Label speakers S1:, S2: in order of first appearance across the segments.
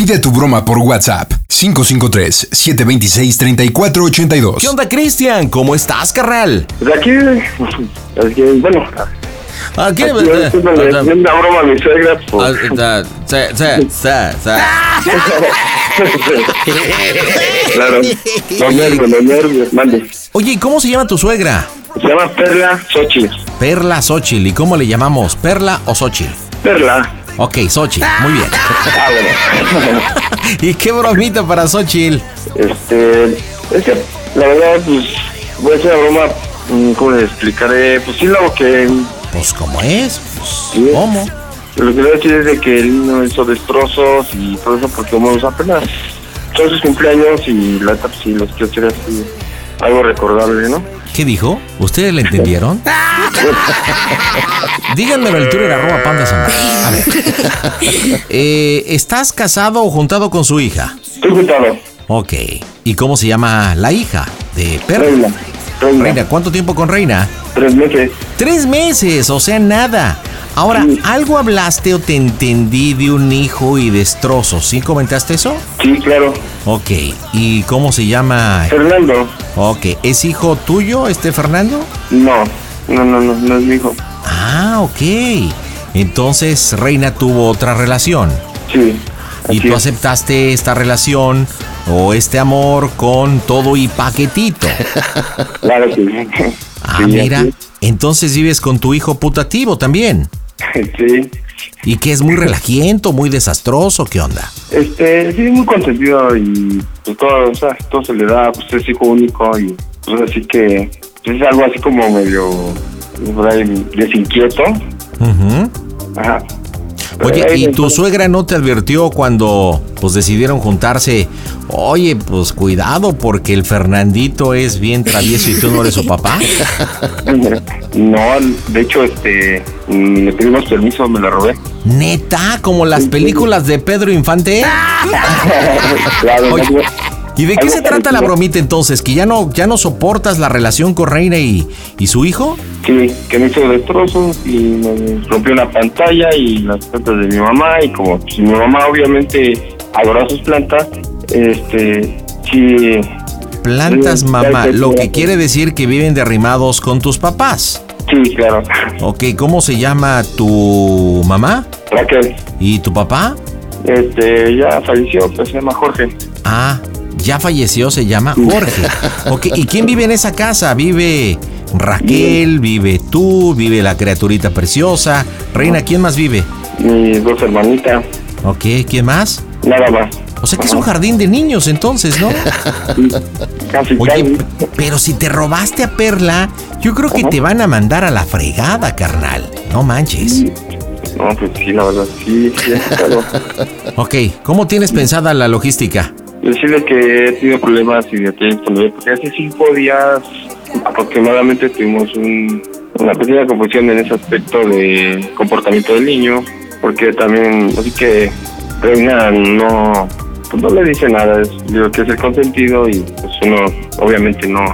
S1: Pide tu broma por WhatsApp 553-726-3482.
S2: ¿Qué onda, Cristian? ¿Cómo estás, carnal?
S3: Pues aquí, aquí, bueno.
S2: Aquí, eh, Ah,
S3: Yo siempre le le- una broma a mi suegra. Pues,
S2: Eh,
S3: claro, los nervios, los nervios, mande.
S2: Oye, ¿y cómo se llama tu suegra?
S3: Se llama Perla Xochitl.
S2: Perla Xochitl. ¿Y cómo le llamamos? ¿Perla o Xochitl?
S3: Perla.
S2: Ok, Xochitl. Muy bien.
S3: Ah, bueno.
S2: ¿Y qué bromita para Xochitl?
S3: este, es que, la verdad, pues, voy a hacer la broma, mm, ¿cómo les explicaré? Pues sí, lo que,
S2: Pues, ¿cómo es? Pues,
S3: Sí.
S2: ¿Cómo?
S3: lo que le voy a decir es de que él no hizo destrozos y todo eso, porque vamos apenas son sus cumpleaños y la etapa sí los quiero hacer así, algo recordable, ¿no?
S2: ¿Qué dijo? ¿Ustedes le entendieron? Díganmelo al Twitter arroba panda Zambrano. A ver. Eh, ¿Estás casado o juntado con su hija?
S3: Estoy juntado.
S2: Ok. ¿Y cómo se llama la hija de Perla?
S3: Reina, reina,
S2: Reina, ¿cuánto tiempo con Reina?
S3: tres meses.
S2: Tres meses, o sea, nada. Ahora, algo hablaste o te entendí de un hijo y destrozos, ¿sí comentaste eso?
S3: Sí, claro.
S2: Ok, ¿y cómo se llama?
S3: Fernando,
S2: Ok, ¿es hijo tuyo este Fernando?
S3: no, no, no, no, no es mi hijo.
S2: Ah, ok. Entonces, Reina tuvo otra relación
S3: Sí.
S2: y
S3: así
S2: tú
S3: es.
S2: aceptaste esta relación o este amor con todo y paquetito.
S3: Claro que sí.
S2: Ah,
S3: Sí,
S2: mira,
S3: así
S2: entonces vives con tu hijo putativo también.
S3: es. Sí.
S2: Y que es muy relajiento, muy desastroso, ¿qué onda?
S3: Este, sí, muy consentido y pues todo, o sea, todo se le da, pues es hijo único y pues así que pues, es algo así como medio por ahí, desinquieto.
S2: Ujú.
S3: Ajá.
S2: Oye,
S3: Pero ahí
S2: ¿y
S3: me-
S2: tu suegra no te advirtió cuando pues decidieron juntarse? Oye, pues cuidado porque el Fernandito es bien travieso y tú no eres su papá.
S3: No, de hecho, este, mm, le pedimos permiso, me la robé.
S2: Neta, como las películas de Pedro Infante.
S3: ¡Ah! claro,
S2: Oye,
S3: no,
S2: ¿Y de qué
S3: algo
S2: se trata la
S3: parecido.
S2: bromita entonces? ¿Que ya no, ya no soportas la relación con Reina y, y su hijo?
S3: Sí, que me hizo destrozos y me rompió la pantalla y las plantas de mi mamá y como pues, mi mamá obviamente adora sus plantas, este, sí,
S2: Plantas
S3: Sí,
S2: mamá,
S3: claro que
S2: lo
S3: sí.
S2: que quiere decir que viven derrimados con tus papás.
S3: sí, claro,
S2: Ok, ¿cómo se llama tu mamá
S3: Raquel,
S2: y tu papá?
S3: este, ya falleció, pues se llama Jorge,
S2: Ah, ya falleció, se llama Jorge. Ok, ¿y quién vive en esa casa? Vive Raquel, vive tú, vive la criaturita preciosa. Reina, ¿quién más vive?
S3: mis dos hermanitas,
S2: Ok, ¿quién más?
S3: nada más,
S2: O sea que es un jardín de niños entonces, ¿no?
S3: casi
S2: Oye,
S3: casi,
S2: p- pero si te robaste a Perla, yo creo que te van a mandar a la fregada, carnal. No manches.
S3: no, pues sí, la verdad, sí, sí, claro.
S2: Ok, ¿cómo tienes pensada la logística?
S3: decirle que he tenido problemas y de tiempo, ¿no? porque hace cinco días aproximadamente tuvimos un- una pequeña confusión en ese aspecto de comportamiento del niño, porque también, así que Reina no, pues no le dice nada, es, digo que es el consentido y pues uno obviamente no,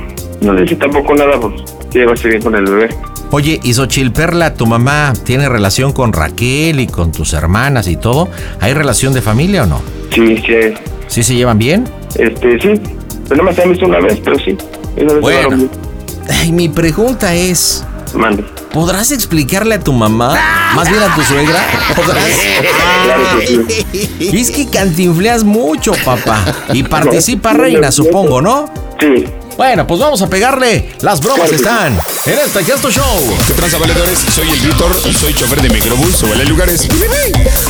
S3: no le dice tampoco nada, pues llevarse bien con el bebé.
S2: Oye, y Xochil Perla, tu mamá tiene relación con Raquel y con tus hermanas y todo. ¿Hay relación de familia o no?
S3: Sí, sí,
S2: ¿Sí se llevan bien?
S3: este, sí, pero no me han visto una vez, pero sí. Una vez
S2: Bueno.
S3: llevaron-
S2: Ay, mi pregunta es,
S3: Mande.
S2: ¿Podrás explicarle a tu mamá? Más bien a tu suegra. ¿Podrás?
S3: Claro que sí.
S2: Y es que cantinfleas mucho, papá. Y participa Reina, supongo, ¿no?
S3: Sí.
S2: Bueno, pues vamos a pegarle. Las bromas están en este Gesto Show.
S4: ¿Qué tranza, valedores? Soy el Víctor y soy chofer de microbús. Súbale lugares.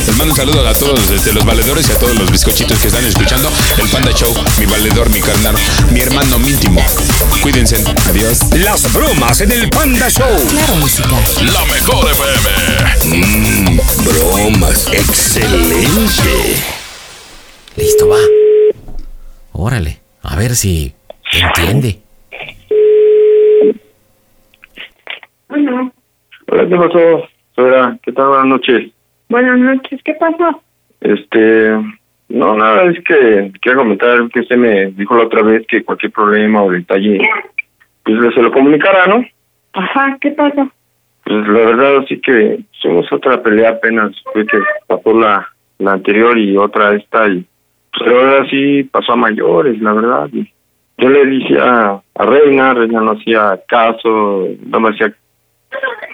S4: Les mando un saludo a todos desde los valedores y a todos los bizcochitos que están escuchando el Panda Show. Mi valedor, mi carnal, mi hermano, mi íntimo. Cuídense. Adiós.
S5: Las bromas en el Panda Show.
S6: Claro, música.
S4: La mejor FM. Mm,
S5: Bromas. Excelente.
S2: Listo, va. Órale. A ver si entiende.
S7: Bueno,
S3: Hola, ¿qué pasó? Suegra, ¿qué tal? Buenas noches.
S7: buenas noches. ¿Qué pasó?
S3: Este, no, nada, es que quiero comentar que usted me dijo la otra vez que cualquier problema o detalle, pues se lo comunicara, ¿no?
S7: Ajá, ¿qué pasó?
S3: Pues la verdad sí que somos otra pelea apenas, fue que pasó la, la anterior y otra esta, y pero ahora sí pasó a mayores, la verdad. y yo le dije a, a Reina, Reina no hacía caso, no me hacía...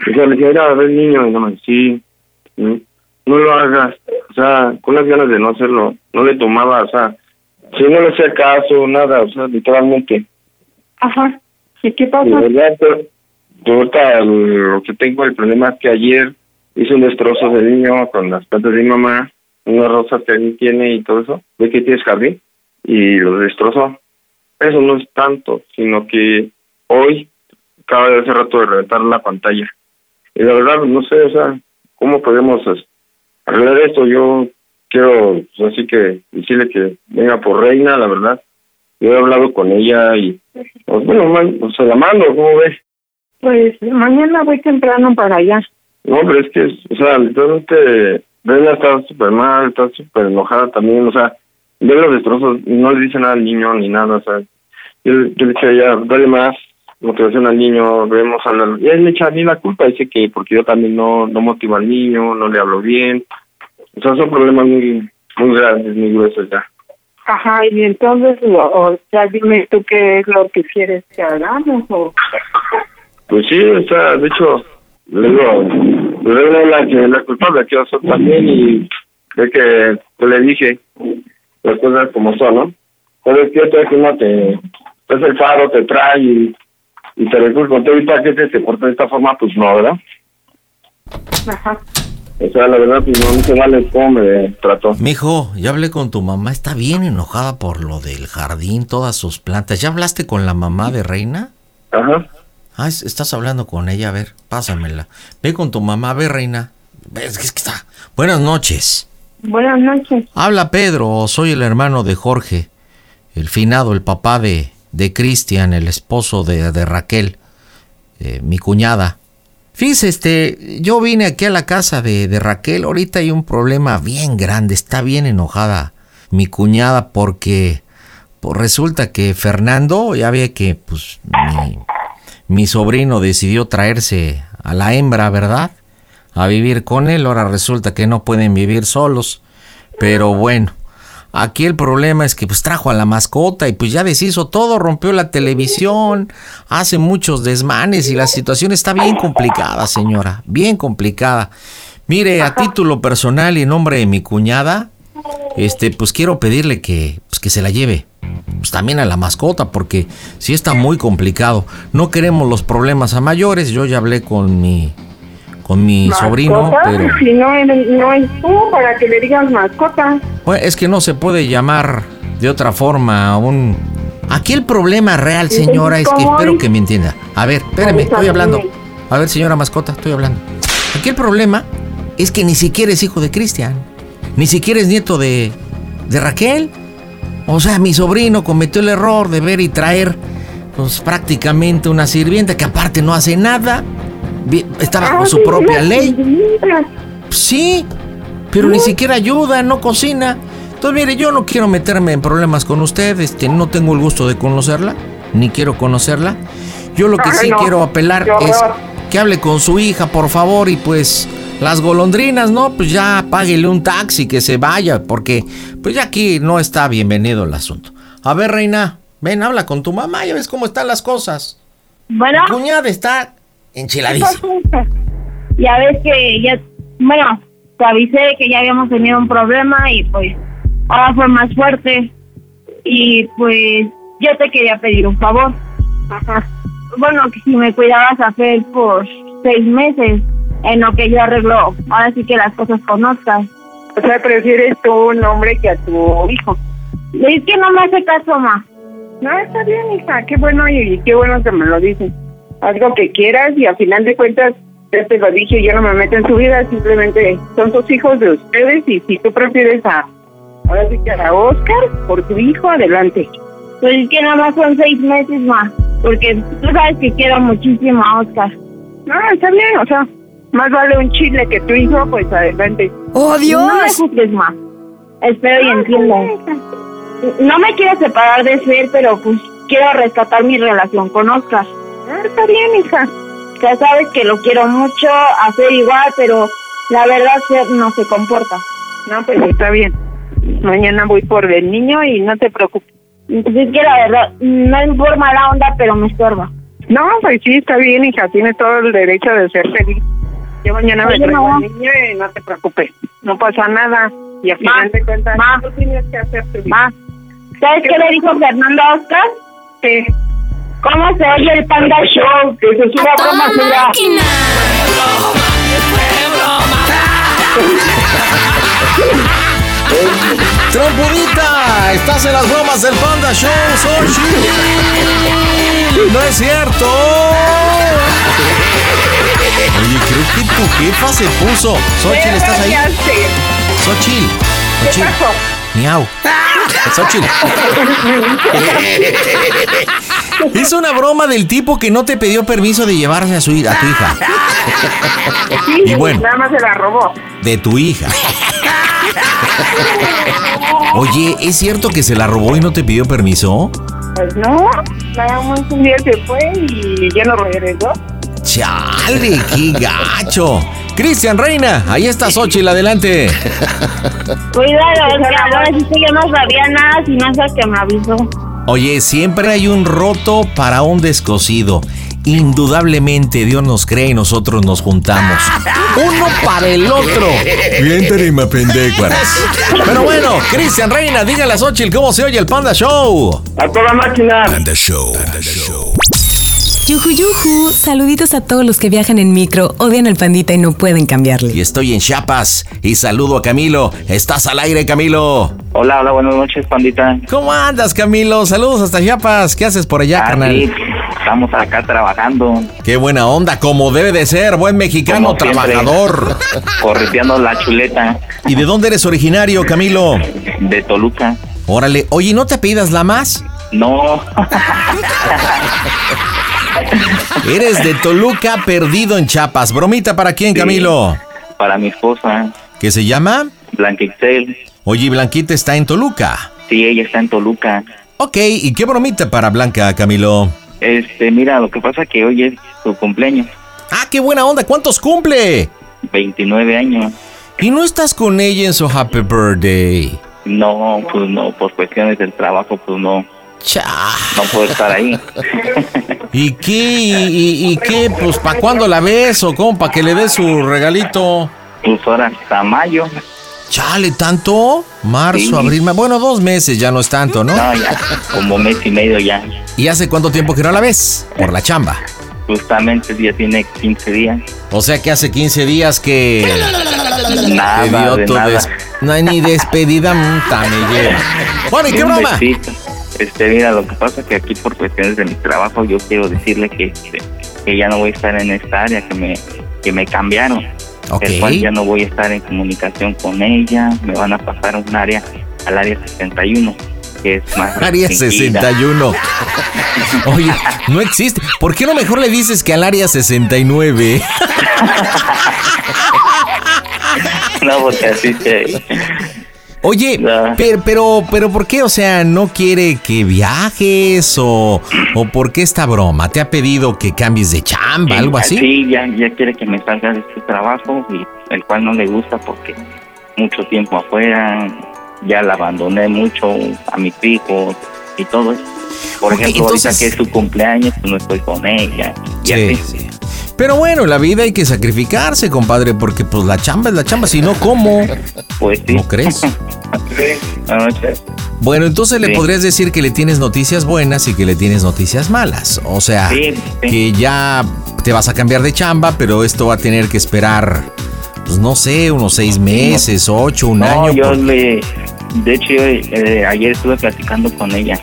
S3: O sea, le decía, mira, a ver niño, y no me decía, sí, no lo hagas, o sea, con las ganas de no hacerlo, no le tomaba, o sea, si no le hacía caso, nada, o sea, literalmente.
S7: Ajá. ¿Y qué
S3: De
S7: pasó?
S3: verdad, pero yo ahorita mm, lo que tengo, el problema es que ayer hice un destrozo de niño con las plantas de mi mamá, unas rosas que alguien tiene y todo eso. Ve que tienes jardín y lo destrozó. Eso no es tanto, sino que hoy acaba de hace rato de reventar la pantalla. Y la verdad, no sé, o sea, ¿cómo podemos es, arreglar esto? Yo quiero, pues, así que decirle que venga por reina, la verdad. Yo he hablado con ella y, pues, bueno, man, pues, se la mando, ¿cómo ves?
S7: Pues mañana voy temprano para allá.
S3: No, pero es que, o sea, literalmente, Brenda está súper mal, está súper enojada también, o sea, ve los destrozos, no le dice nada al niño ni nada, o sea, yo, yo le dije a ella, dale más motivación al niño, debemos hablar, y él le echa a mí la culpa, dice que porque yo también no, no motivo al niño, no le hablo bien, o sea, son problemas muy, muy grandes, muy gruesos ya.
S7: Ajá, y entonces, lo- o sea, dime tú qué es lo que quieres que hagamos o...
S3: Pues sí, o sea, de hecho, le digo, Lorena es la, que, la culpable que yo soy también y de que yo le dije las cosas como son, ¿no? Pero es que otra vez uno te, te hace el faro, te trae y, y te reculpa. Entonces, ahorita que te, te porta de esta forma, pues no, ¿verdad?
S7: Ajá.
S3: O sea, la verdad, pues no, no se vale cómo me trató.
S2: Mijo, ya hablé con tu mamá. Está bien enojada por lo del jardín, todas sus plantas. ¿Ya hablaste con la mamá de Reina?
S3: Ajá.
S2: Ah, es- estás hablando con ella. A ver, pásamela. Ve con tu mamá. A ver, Reina. Ves que es que está. Buenas noches.
S7: Buenas noches.
S2: Habla Pedro, soy el hermano de Jorge, el finado, el papá de, de Cristian, el esposo de, de Raquel, eh, mi cuñada. Fíjese, este, yo vine aquí a la casa de, de Raquel, ahorita hay un problema bien grande, está bien enojada mi cuñada porque pues, resulta que Fernando, ya ve que pues mi, mi sobrino decidió traerse a la hembra, ¿verdad? A vivir con él, ahora resulta que no pueden vivir solos. Pero bueno, aquí el problema es que pues trajo a la mascota y pues ya deshizo todo, rompió la televisión, hace muchos desmanes y la situación está bien complicada, señora, bien complicada. Mire, a título personal y en nombre de mi cuñada, este, pues quiero pedirle que, pues, que se la lleve. Pues también a la mascota, porque sí está muy complicado. No queremos los problemas a mayores. Yo ya hablé con mi, con mi sobrino,
S7: ¿Mascota?
S2: pero.
S7: Si no, eres- no es tú para que le digas mascota.
S2: Bueno, es que no se puede llamar de otra forma a un... Aquí el problema real,
S7: Entonces,
S2: señora, es que
S7: ¿cómo
S2: espero
S7: es?
S2: que me entienda. A ver, espéreme,
S7: Ahorita
S2: estoy
S7: lo
S2: hablando.
S7: dime.
S2: A ver, señora mascota, estoy hablando. Aquí el problema es que ni siquiera es hijo de Cristian, ni siquiera es nieto de, de Raquel. O sea, mi sobrino cometió el error de ver y traer pues, prácticamente una sirvienta que aparte no hace nada, vi- está bajo
S7: Ah,
S2: su
S7: sí,
S2: propia
S7: sí,
S2: ley.
S7: sí, sí.
S2: Sí, pero ni siquiera ayuda, no cocina. Entonces, mire, yo no quiero meterme en problemas con usted, este, no tengo el gusto de conocerla, ni quiero conocerla. Yo lo que
S7: Ay,
S2: sí
S7: no,
S2: quiero apelar
S7: qué horror.
S2: es que hable con su hija, por favor, y pues las golondrinas, ¿no? Pues ya páguele un taxi, que se vaya, porque pues ya aquí no está bienvenido el asunto. A ver, reina, ven, habla con tu mamá, ya ves cómo están las cosas.
S8: Bueno,
S2: Mi cuñada está
S9: Enchiladísimo.
S8: Ya ves que ya, bueno, te avisé que ya habíamos tenido un problema y pues ahora fue más fuerte. Y pues yo te quería pedir un favor. Ajá. Bueno, que si me cuidabas a Fer por seis meses, en lo que yo arreglo, ahora sí que las cosas con Oscar.
S7: O sea, prefieres tú un hombre que a tu hijo.
S8: Es que no me hace caso más.
S7: No, está bien, hija. Qué bueno y, y qué bueno que me lo dices. Haz lo que quieras y al final de cuentas, ya te lo dije, yo no me meto en su vida. Simplemente son sus hijos de ustedes y si tú prefieres a, ahora sí que a Oscar, por tu hijo, adelante.
S8: Pues es que nada más son seis meses más, porque tú sabes que quiero muchísimo a Oscar.
S7: No, está bien, o sea, más vale un chile que tu hijo, pues adelante.
S4: ¡Oh,
S8: No me
S4: Dios!
S8: juzgues más. Espero y
S7: Ah,
S8: entiendas. No me quiero separar de Fer, pero pues quiero rescatar mi relación con Oscar.
S7: Ah, está bien, hija.
S8: Ya sabes que lo quiero mucho, a Fer igual, pero la verdad Fer no se comporta.
S7: No, pues está bien. Mañana voy por el niño y no te preocupes.
S8: Pues es que la verdad, no es por mala onda, pero me estorba.
S7: No, pues sí, está bien, hija. Tienes todo el derecho de ser feliz. Yo mañana me
S8: Oye,
S7: traigo
S8: mamá.
S7: al niño y no te preocupes. No pasa nada. Y al
S8: Ma,
S7: final de cuentas,
S8: ma.
S7: tú tienes que hacer tu vida.
S8: Ma, ¿Sabes qué le dijo Fernando a Oscar?
S7: ¿Qué?
S8: ¿Cómo se oye el Panda Show? Que se suba
S4: ¡A
S8: a
S4: toda
S8: broma, será.
S4: máquina!
S2: Trompudita, estás en las bromas del Panda Show, Xochitl. No es cierto. Oye, creo que tu jefa se puso. Xochitl, ¿estás ahí? Xochitl. Xochitl. Miau. Xochitl. Hizo una broma del tipo que no te pidió permiso de llevarse a, su, hi- a tu hija. Y bueno.
S7: Nada más se la robó.
S2: De tu hija. Oye, ¿es cierto que se la robó y no te pidió permiso?
S7: Pues no, nada más un día se fue y ya no regresó.
S2: ¡Chale, qué gacho! Cristian Reina, ahí está Xochitl, adelante.
S8: Cuidado, Oscar, ahora sí que yo no sabía nada, si no es el que me avisó.
S2: Oye, siempre hay un roto para un descosido. Indudablemente Dios nos cree y nosotros nos juntamos. Uno para el otro.
S1: Bien, Terima Pendecuaras.
S2: Pero bueno, Cristian Reina, dígale a Xochitl cómo se oye el Panda Show.
S3: A toda máquina.
S5: Panda Show. Panda Show.
S4: Yuju, yuju. Saluditos a todos los que viajan en micro, odian al pandita y no pueden cambiarle.
S2: Y estoy en Chiapas y saludo a Camilo. Estás al aire, Camilo.
S10: Hola, hola, buenas noches, pandita.
S2: ¿Cómo andas, Camilo? Saludos hasta Chiapas. ¿Qué haces por allá,
S10: Ah,
S2: carnal?
S10: sí, estamos acá trabajando,
S2: Qué buena onda, como debe de ser, buen mexicano
S10: Como siempre.
S2: trabajador.
S10: correteando la chuleta
S2: ¿Y de dónde eres originario, Camilo?
S10: de Toluca.
S2: Órale, oye, ¿no te pidas la más?
S10: No,
S2: Eres de Toluca, perdido en Chiapas. Bromita para quién,
S10: Sí.
S2: Camilo?
S10: para mi esposa,
S2: ¿Qué se llama?
S10: Blanquixel.
S2: Oye, Blanquita está en Toluca.
S10: Sí, ella está en Toluca.
S2: Ok, ¿y qué bromita para Blanca, Camilo?
S10: Este, mira, lo que pasa que hoy es su cumpleaños,
S2: Ah, qué buena onda, ¿cuántos cumple?
S10: 29 años.
S2: Y no estás con ella en su happy birthday.
S10: No, pues no, por cuestiones del trabajo, pues no, no
S2: Cha.
S10: puedo estar ahí.
S2: ¿Y qué? ¿Y, y- y qué? Pues, ¿para cuándo la ves o cómo? ¿Para que le des su regalito?
S10: Pues ahora hasta mayo.
S2: Chale, ¿tanto? Marzo,
S10: Sí.
S2: abril, ma- bueno, dos meses ya no es tanto, ¿no?
S10: No, ya, como mes y medio ya.
S2: ¿Y hace cuánto tiempo que no la ves? Por la chamba.
S10: Justamente ya tiene 15 días.
S2: O sea que hace 15 días que... te
S10: Nada,
S2: dio
S10: de
S2: tu
S10: nada.
S2: des- No hay ni despedida, muta, me lleva. Bueno, ¿y qué
S10: Un
S2: broma?
S10: besito. Este, mira, lo que pasa es que aquí por cuestiones de mi trabajo yo quiero decirle que, este, que ya no voy a estar en esta área, que me, que me cambiaron.
S2: Ok.
S10: El cual ya no voy a estar en comunicación con ella, me van a pasar a un área, al área 61, que es más...
S2: Área
S10: restringida.
S2: 61. Oye, no existe. ¿Por qué no mejor le dices que al área 69?
S10: No, porque así se...
S2: Oye,
S10: Ya.
S2: pero, pero, pero ¿por qué? O sea, ¿no quiere que viajes o, o por qué esta broma? ¿Te ha pedido que cambies de chamba, algo así?
S10: Sí, ya, ya quiere que me salga de este trabajo, y el cual no le gusta porque mucho tiempo afuera, ya la abandoné mucho a mis hijos y todo eso. Por
S2: Ok,
S10: ejemplo,
S2: entonces-
S10: ahorita que es su cumpleaños, pues no estoy con ella. Y así.
S2: sí. Pero bueno, en la vida hay que sacrificarse, compadre, porque pues la chamba es la chamba, si no, ¿cómo?
S10: Pues sí.
S2: ¿No crees?
S10: Anoche,
S2: Bueno, entonces le
S10: Sí.
S2: podrías decir que le tienes noticias buenas y que le tienes noticias malas. O sea,
S10: Sí, sí.
S2: que ya te vas a cambiar de chamba, pero esto va a tener que esperar, pues no sé, unos seis meses, ocho, un
S10: no,
S2: año.
S10: yo
S2: por-
S10: le... De hecho, yo, eh, ayer estuve platicando con ella.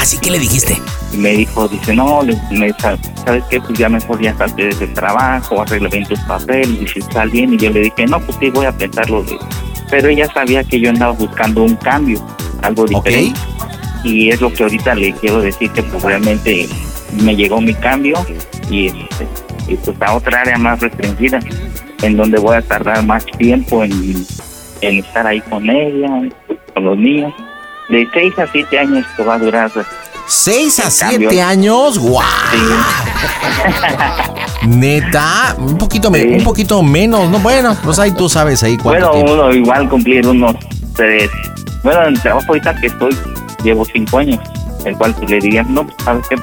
S2: Así que Ah, le dijiste.
S10: Y me dijo, dice, no, le- me sa- ¿sabes qué? Pues ya mejor ya salte de ese trabajo, arregle bien tus papeles, dice, sal bien. Y yo le dije, no, pues sí, voy a pensarlo. de-". Pero ella sabía que yo andaba buscando un cambio, algo
S2: Ok.
S10: diferente. Y es lo que ahorita le quiero decir, que pues realmente me llegó mi cambio y, este, y pues a otra área más restringida, en donde voy a tardar más tiempo en, en estar ahí con ella, con los niños. De seis a siete años que va a durar pues,
S2: ¿Seis a
S10: En
S2: siete
S10: cambio-
S2: años? ¡Guau! Neta, un poquito, me-
S10: Sí.
S2: un poquito menos, ¿no? Bueno, pues ahí tú sabes ahí cuánto
S10: Bueno,
S2: tiempo.
S10: uno igual cumplir unos tres. Bueno, en el trabajo ahorita que estoy, llevo cinco años, el cual pues, le diría, no, pues, sabes que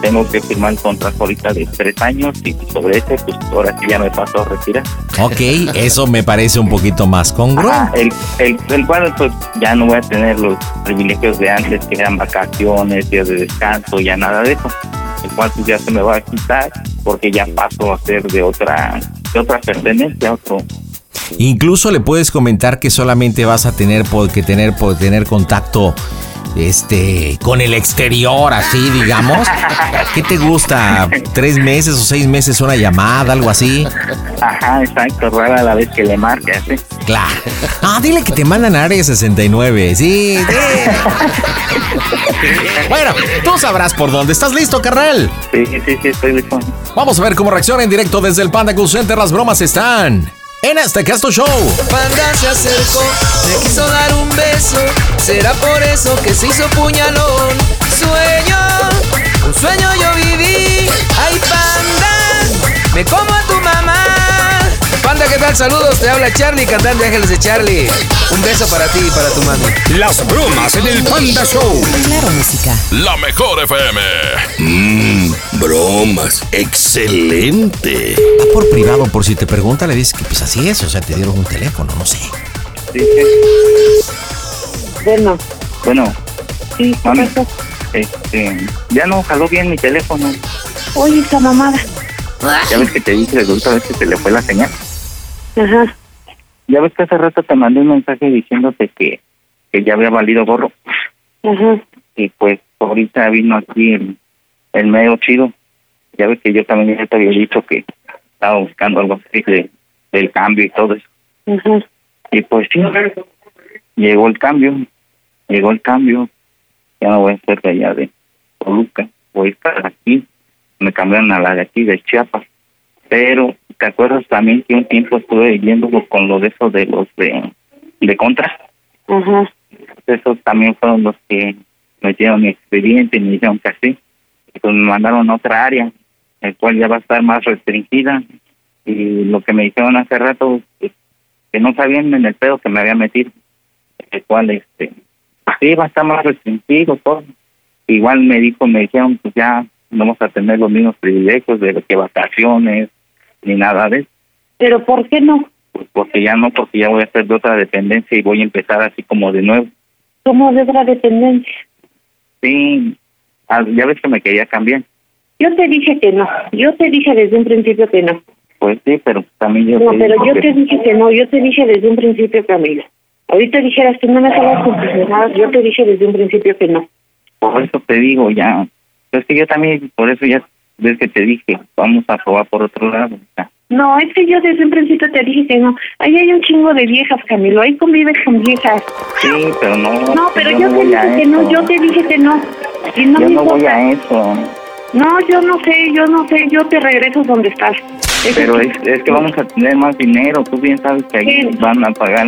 S10: tengo que firmar el contrato ahorita de tres años y sobre ese, pues ahora sí ya me paso a retirar.
S2: Ok, eso me parece un poquito más
S10: Ajá,
S2: congruente.
S10: el, el, el cual pues ya no voy a tener los privilegios de antes, que eran vacaciones, días de descanso, ya nada de eso. El cual pues, ya se me va a quitar porque ya paso a ser de otra, de otra pertenencia, otro,
S2: Incluso le puedes comentar que solamente vas a tener po- que tener, po- tener contacto este, con el exterior, así digamos. ¿Qué te gusta? ¿Tres meses o seis meses una llamada, algo así?
S10: Ajá, exacto, rara la vez que le marcas, ¿eh?
S2: Claro. Ah, dile que te mandan a Área 69. Sí, sí. Bueno, tú sabrás por dónde. ¿Estás listo, carnal?
S10: Sí, sí, sí, estoy listo.
S2: Vamos a ver cómo reacciona en directo desde el Panda Cool Center. Las bromas están en este Casto Show.
S11: Panda se acercó, le quiso dar un beso. Será por eso que se hizo puñalón. Sueño, un sueño yo viví. Ay, panda, me como a tu mamá. Panda, ¿qué tal? Saludos, te habla Charlie, cantante de Ángeles de Charlie. Un beso para ti y para tu mami.
S5: Las bromas en el Panda Show.
S4: Claro, música.
S5: La mejor FM. Mmm, bromas. Excelente.
S2: Va por privado, por si te pregunta, le dices que pues así es. O sea, te dieron un teléfono, no sé.
S10: Sí, sí.
S7: Bueno,
S10: Bueno,
S7: sí, ¿qué
S10: Mami.
S7: pasó?
S10: este, ya no jaló bien mi teléfono.
S7: Oye, esa mamada.
S10: Ya ves que te dije la última vez que se le fue la señal.
S7: Ajá.
S10: Ya ves que hace rato te mandé un mensaje diciéndote que, que ya había valido gorro.
S7: Ajá.
S10: Y pues ahorita vino aquí el, el medio chido. Ya ves que yo también ya te había dicho que estaba buscando algo así de- del cambio y todo eso.
S7: Ajá.
S10: Y pues sí, llegó el cambio, llegó el cambio. Ya no voy a ser de allá de Toluca, voy a estar aquí. Me cambiaron a la de aquí, de Chiapas. Pero, ¿te acuerdas también que un tiempo estuve viviendo con los de esos de los de, de Contra?
S7: Ajá.
S10: Esos también fueron los que me dieron mi expediente y me dijeron que así. Y Pues me mandaron a otra área, el cual ya va a estar más restringida. Y lo que me dijeron hace rato, pues, que no sabían en el pedo que me había metido, el cual, este, así va a estar más restringido todo. Igual me dijo, me dijeron, pues ya no vamos a tener los mismos privilegios de que vacaciones ni nada de eso.
S7: Pero ¿por qué no?
S10: Pues porque ya no, porque ya voy a ser de otra dependencia y voy a empezar así como de nuevo.
S7: ¿Cómo de otra dependencia?
S10: Sí, ah, ya ves que me quería cambiar.
S7: Yo te dije que no. Yo te dije desde un principio que no.
S10: Pues sí, pero también yo...
S7: No,
S10: te
S7: pero
S10: digo
S7: yo
S10: que-
S7: te dije que no. Yo te dije desde un principio, Camila. Ahorita dijeras tú no me estabas condicionadas. Yo te dije desde un principio que no.
S10: Por eso te digo, ya... Es que yo también, por eso ya, ves que te dije, vamos a probar por otro lado. o sea,
S7: No, es que yo desde un principio te dije que no. Ahí hay un chingo de viejas, Camilo. Ahí convives con viejas.
S10: Sí, pero no...
S7: No, pero yo, te
S10: voy a
S7: dije que no.
S10: eso.
S7: Yo te dije que no. Y no
S10: Yo
S7: me
S10: no voy
S7: importa.
S10: a eso.
S7: No, yo no sé, yo no sé, yo te regreso donde estás. Eso
S10: Pero
S7: sí.
S10: es, es que vamos a tener más dinero. Tú bien sabes que ahí
S7: Sí.
S10: van a pagar...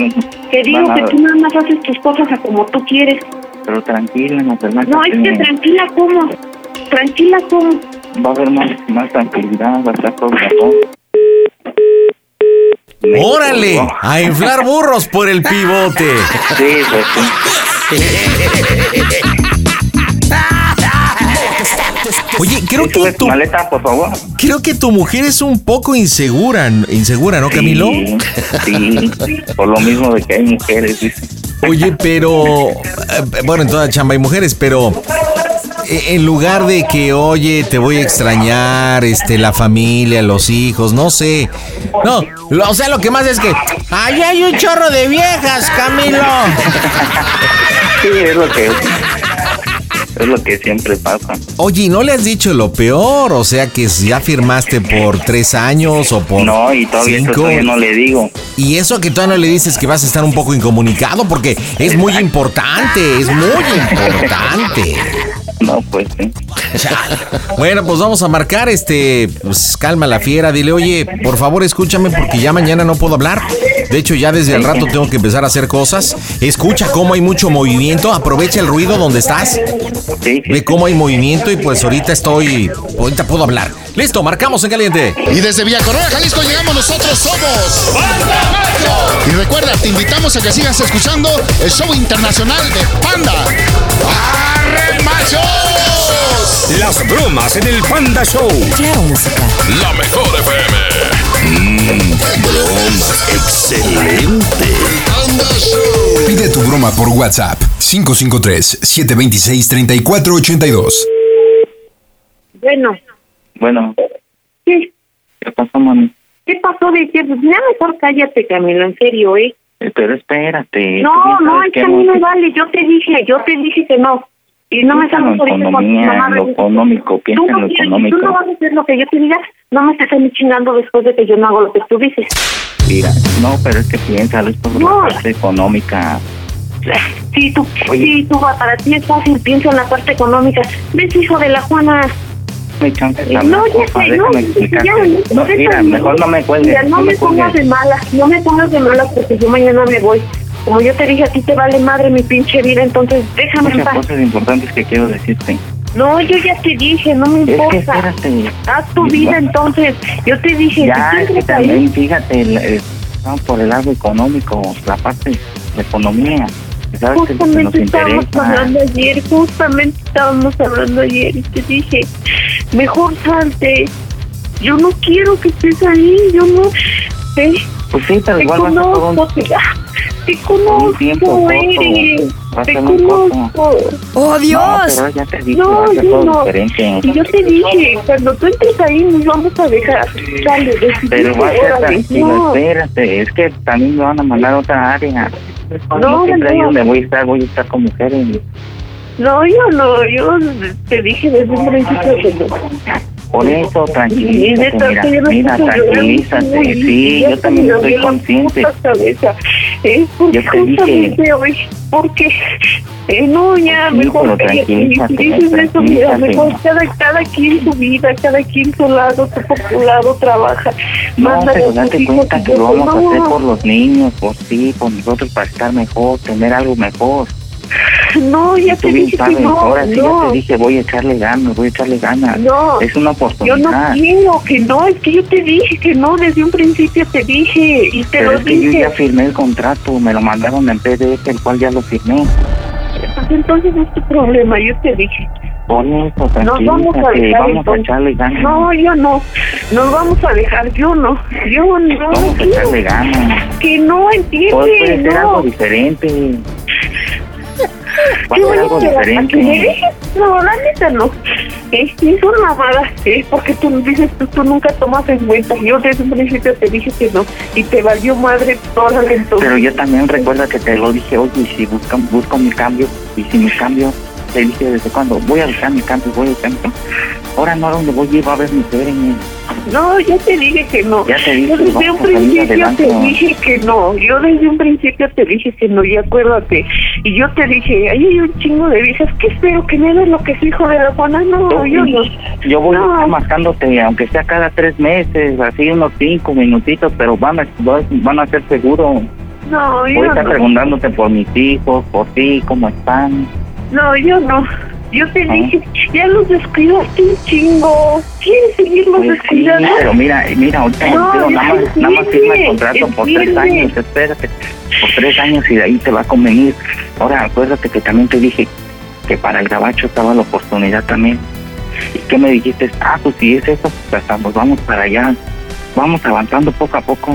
S7: Te digo
S10: van a-
S7: que tú nada más haces tus cosas a como tú quieres.
S10: Pero tranquila, no,
S7: No, es que tranquila como, tranquila como.
S10: Va a haber más, más tranquilidad, va a estar todo mejor.
S2: ¡Órale! A inflar burros por el pivote.
S10: Sí, pues sí. Pues,
S11: Te
S2: Oye, creo que tu
S10: maleta, por favor.
S2: Creo que tu mujer es un poco insegura, insegura, ¿no, Camilo?
S10: Sí, sí, por lo mismo de que hay mujeres. dice.
S2: Oye, pero eh, bueno, en toda chamba hay mujeres, pero eh, en lugar de que, oye, te voy a extrañar, este, la familia, los hijos, no sé. No, lo- o sea, lo que más es que ahí hay un chorro de viejas, Camilo.
S10: Sí, es lo que es lo que siempre pasa.
S2: Oye, ¿y ¿no le has dicho lo peor? O sea, que ya firmaste por tres años o por
S10: No, y todavía eso
S2: cinco.
S10: todavía no le digo.
S2: Y eso que todavía no le dices que vas a estar un poco incomunicado, porque es muy importante, es muy importante.
S10: No, pues sí.
S2: Chale. Bueno, pues vamos a marcar, este, pues calma la fiera, dile, oye, por favor escúchame porque ya mañana no puedo hablar. De hecho, ya desde el rato tengo que empezar a hacer cosas. Escucha cómo hay mucho movimiento, aprovecha el ruido donde estás. Ve cómo hay movimiento y pues ahorita estoy, ahorita puedo hablar. Listo, marcamos en caliente.
S12: Y desde Villa Corona, Jalisco, llegamos nosotros somos. ¡Panda Y recuerda, te invitamos a que sigas escuchando el show internacional de Panda. ¡Arre, machos!
S5: Las bromas en el Panda Show.
S4: Claro, música.
S5: La mejor FM. bromas.
S1: Excelente. Pide tu broma por WhatsApp 553-726-3482.
S7: Bueno,
S10: Bueno,
S7: ¿qué,
S10: ¿qué pasó, mami?
S7: qué pasó? Dije, pues ya mejor cállate, Camilo, en serio, ¿eh?
S10: Eh, Pero espérate. tú
S7: No,
S10: bien
S7: no,
S10: sabes
S7: es
S10: que
S7: que a mí
S10: no-
S7: me vale, yo te dije, yo te dije que no. Y no me
S10: piensa en
S7: salgo
S10: lo
S7: por eso con
S10: economía, en lo
S7: mamá.
S10: económico,
S7: Tú
S10: piensa en
S7: no,
S10: lo
S7: quieres- tú no
S10: económico.
S7: vas a hacer lo que yo te diga, no me estés a mí chingando después de que yo no hago lo que tú dices.
S10: Mira, no, pero es que piensa, es por
S7: No.
S10: la parte económica.
S7: Sí, tú, sí, tú, para ti es fácil, piensa en la parte económica. Ves, hijo de la Juana,
S10: Me chance de
S7: Eh,
S10: hablar,
S7: No, ya
S10: porfa,
S7: sé, no,
S10: déjame
S7: ya,
S10: explicarte.
S7: no,
S10: No,
S7: déjame.
S10: mira, mejor no me cuelgues.
S7: Mira, no
S10: no
S7: me
S10: cuelgues.
S7: pongas de malas, no me pongas de malas porque yo mañana me voy. Como yo te dije, a ti te vale madre mi pinche vida, entonces déjame en
S10: Muchas
S7: paz.
S10: cosas importantes que quiero decirte.
S7: No, yo ya te dije, no me
S10: pues, Es que
S7: importa.
S10: espérate.
S7: Haz tu vida entonces. Yo te dije,
S10: Ya,
S7: si
S10: es
S7: tú
S10: que
S7: entras ahí,
S10: también, fíjate, el- el- vamos por el lado económico, la parte de economía. ¿Sabes que es lo que nos
S7: justamente estábamos
S10: interesa?
S7: hablando ayer, justamente estábamos hablando ayer y te dije, mejor salte. Yo no quiero que estés ahí, yo no sé.
S10: Pues sí, pero
S7: te
S10: igual va a ser todo un-
S7: conozco, te, ah, te conozco,
S10: un tiempo corto,
S7: eres,
S10: va a
S7: te
S10: ser muy
S7: conozco.
S4: ¡Oh,
S10: Dios! pero ya te dije, va a
S7: no,
S10: ser
S7: yo
S10: todo
S7: no.
S10: diferente.
S7: Y yo te dije, cuando tú entres ahí, nos vamos a dejar. Dale, decidiste,
S10: Pero va a ser
S7: órale,
S10: tranquilo,
S7: no.
S10: espérate, es que también me van a mandar a otra área. No,
S7: No,
S10: siempre ahí
S7: no.
S10: donde voy a estar, voy a estar con mujeres.
S7: No, yo no, yo te dije desde un principio que no.
S10: Por eso,
S7: Y
S10: tranquilízate,
S7: neta,
S10: mira,
S7: que yo no
S10: mira,
S7: puedo llorar,
S10: tranquilízate.
S7: uy,
S10: Sí,
S7: ya
S10: yo
S7: se
S10: también
S7: me
S10: estoy
S7: dolió la
S10: consciente.
S7: puta cabeza. Es porque
S10: Yo te dije.
S7: justamente hoy, porque eh, no, ya,
S10: Sí,
S7: mejor eh,
S10: pero tranquilízate,
S7: y si dices eso, mira,
S10: tranquilízate.
S7: mejor cada, cada quien su vida, cada quien su lado, tú por tu lado trabaja.
S10: No,
S7: Mándale
S10: pero
S7: a tus
S10: date
S7: hijos
S10: cuenta
S7: y
S10: que
S7: yo,
S10: lo vamos a hacer
S7: no,
S10: por los niños, por ti, por nosotros, para estar mejor, tener algo mejor.
S7: No, ya
S10: Tú
S7: te
S10: bien
S7: dije que
S10: sabes,
S7: no,
S10: ahora sí ya
S7: no.
S10: te dije, voy a echarle ganas, voy a echarle ganas.
S7: No.
S10: es una
S7: Yo no
S10: oportunidad.
S7: quiero que no, es que yo te dije que no, desde un principio te dije y te
S10: pero
S7: lo
S10: es que yo
S7: dije.
S10: ya firmé el contrato, me lo mandaron en PDF, el cual ya lo firmé.
S7: Pues entonces es tu problema, yo te dije.
S10: Por eso,
S7: Nos
S10: tranquilízate,
S7: vamos a dejar
S10: vamos a
S7: entonces.
S10: echarle ganas.
S7: No, yo no. Nos vamos a dejar, yo no. Yo no.
S10: vamos a
S7: quiero.
S10: echarle ganas.
S7: Que no
S10: Pues
S7: entiende,
S10: puede ser algo
S7: no.
S10: diferente. Va a
S7: Yo
S10: ser
S7: voy a
S10: algo
S7: esperar a que me
S10: diferente.
S7: dejes. No, la neta no. Eh, y son mamadas, eh, porque tú dices, tú, tú nunca tomas en cuenta. Yo desde un principio te dije que no y te valió madre toda la entonces.
S10: Pero yo también recuerda que te lo dije, oye, si busco, busco mi cambio, y si mi cambio, te dije desde cuando, voy a buscar mi cambio, voy a buscar mi cambio. Ahora no, a donde voy a ir, va a ver mi mujeres. nene.
S7: No, ya te dije que no.
S10: Ya te dije,
S7: yo desde
S10: vamos
S7: un
S10: a salir
S7: principio
S10: adelante.
S7: te dije que no. Yo desde un principio te dije que no, y acuérdate. Y yo te dije, ahí hay un chingo de viejas, ¿qué espero? ¿Que me hagas lo que es hijo de la Juana? No, yo no.
S10: Yo voy a estar marcándote, aunque sea cada tres meses, así unos cinco minutitos, pero van a, van a ser seguro.
S7: No,
S10: Voy a
S7: yo
S10: estar
S7: no.
S10: preguntándote por mis hijos, por ti, cómo están.
S7: No, yo no. Yo
S10: Ah.
S7: te dije, ya los descuidaste un chingo. ¿Quieres seguirlos
S10: Pues sí,
S7: descuidando?
S10: pero mira, mira, ahorita
S7: No,
S10: digo, nada, más, nada más firma el
S7: entiende,
S10: contrato por tres
S7: entiende.
S10: años, espérate, por tres años y de ahí te va a convenir. Ahora, acuérdate que también te dije que para el gabacho estaba la oportunidad también. ¿Y qué me dijiste? Ah, pues si es eso, pues hasta nos vamos para allá. Vamos avanzando poco a poco.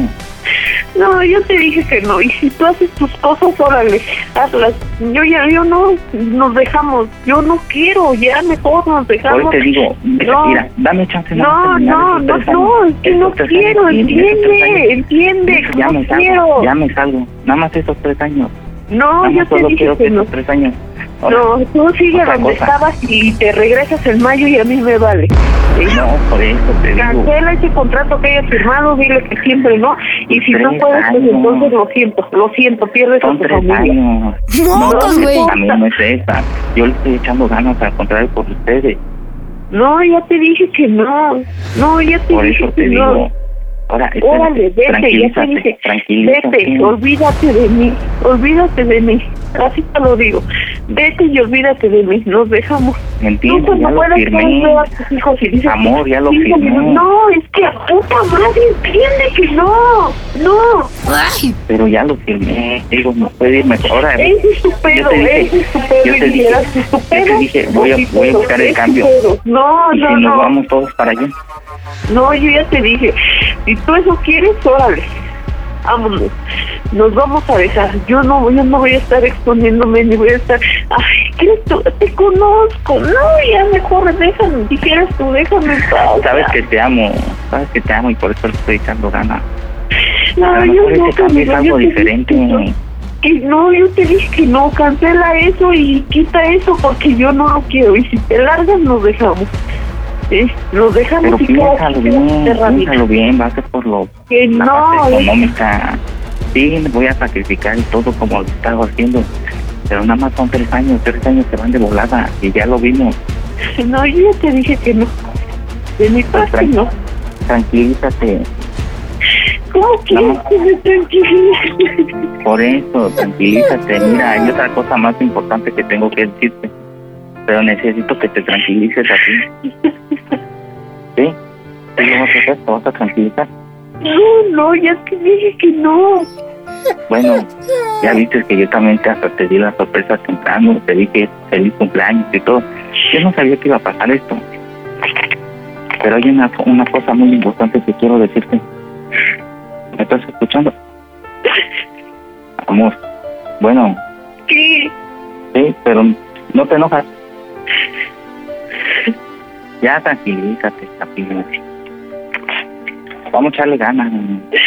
S7: No, yo te dije que no. Y si tú haces tus cosas, órale, hazlas. Yo ya, yo no, nos dejamos. Yo no quiero, ya mejor nos dejamos.
S10: Hoy te digo, mira,
S7: no,
S10: mira, dame chance.
S7: no, no, no, no, es que no quiero, entiende, entiende,
S10: ya
S7: no
S10: me salgo,
S7: quiero.
S10: Ya me salgo. Nada más estos tres años.
S7: No,
S10: Nada
S7: yo
S10: más
S7: te
S10: solo
S7: dije
S10: quiero que
S7: que no.
S10: estos tres años. Ahora,
S7: No, tú sigue
S10: otra
S7: donde
S10: cosa.
S7: estabas y te regresas en mayo y a mí me vale. ¿sí?
S10: No, por eso te digo.
S7: Cancela ese contrato que hayas firmado, dile que siempre no. Y si no
S10: Tres
S7: puedes, pues
S10: años.
S7: entonces lo siento, lo siento, pierdes a
S10: Son
S7: tu
S10: tres
S7: familia.
S10: años.
S7: Mocos, güey.
S10: A mí no es esa. Yo le estoy echando ganas al contrario por ustedes.
S7: No, ya te dije que no. No, ya te
S10: Por
S7: dije
S10: eso
S7: que
S10: te
S7: no.
S10: digo. Ahora, espérate,
S7: Órale, vete, ya te
S10: tranquilízate,
S7: dije.
S10: tranquilízate.
S7: Vete, olvídate de mí, olvídate de mí. Así te lo digo. Vete y olvídate de mí, nos dejamos.
S10: ¿Me entiendes?
S7: Tú
S10: Ya
S7: cuando
S10: lo
S7: puedas
S10: firmé.
S7: puedes ver a tus hijos y dices,
S10: Amor, ya lo
S7: "Sí,
S10: firmé.
S7: pero No, es que a puta madre entiende que no, no.
S10: Pero ya lo firmé. Digo, no puede ir mejor. Ahora,
S7: Ese es tu
S10: yo
S7: pedo,
S10: te dije,
S7: ese es tu
S10: yo
S7: pedo,
S10: te
S7: y
S10: dije,
S7: dirás, "Es tu
S10: yo te
S7: pedo,
S10: dije, voy a,
S7: es tu
S10: voy a
S7: pedo,
S10: buscar el
S7: es tu
S10: cambio.
S7: pedo". No,
S10: y
S7: no,
S10: si nos
S7: no.
S10: vamos todos para allá.
S7: No, yo ya te dije, si tú eso quieres, órale, vámonos, nos vamos a dejar. Yo no, yo no voy a estar exponiéndome ni voy a estar, ay, ¿quieres tú? Te conozco, no, ya mejor déjame, dijeras tú, déjame en paz.
S10: Sabes que te amo, sabes que te amo y por eso le estoy echando ganas. a
S7: No,
S10: lo
S7: yo
S10: mejor
S7: no,
S10: ese cambio es
S7: Camila, yo
S10: algo
S7: te dije
S10: diferente.
S7: que no, yo te dije que no, cancela eso y quita eso porque yo no lo quiero. Y si te largas, nos dejamos. ¿Sí? Nos dejamos
S10: Pero
S7: y cada
S10: piénsalo
S7: quien se
S10: bien,
S7: radica.
S10: piénsalo bien, va a ser por lo
S7: Que
S10: la
S7: Eh, no,
S10: parte
S7: es-
S10: económica. Sí, me voy a sacrificar y todo como lo estaba haciendo. Pero nada más son tres años, tres años se van de volada y ya lo vimos.
S7: No, yo ya te dije que no. De mi parte, no.
S10: Tranquilízate,
S7: ¿Cómo quieres que me tranquilice?
S10: por eso, tranquilízate. Mira, hay otra cosa más importante que tengo que decirte. Pero necesito que te tranquilices a ti. ¿Sí? ¿Tú lo vas a hacer? ¿Te vas a tranquilizar?
S7: No, no, ya te dije que no.
S10: Bueno, ya viste que yo también te, hasta te di la sorpresa temprano, te dije feliz cumpleaños y todo. Yo no sabía que iba a pasar esto. Pero hay una, una cosa muy importante que quiero decirte. ¿Me estás escuchando? Amor, bueno,
S7: Sí,
S10: sí, pero no te enojas. Ya tranquilízate, tranquilízate. Vamos a echarle ganas.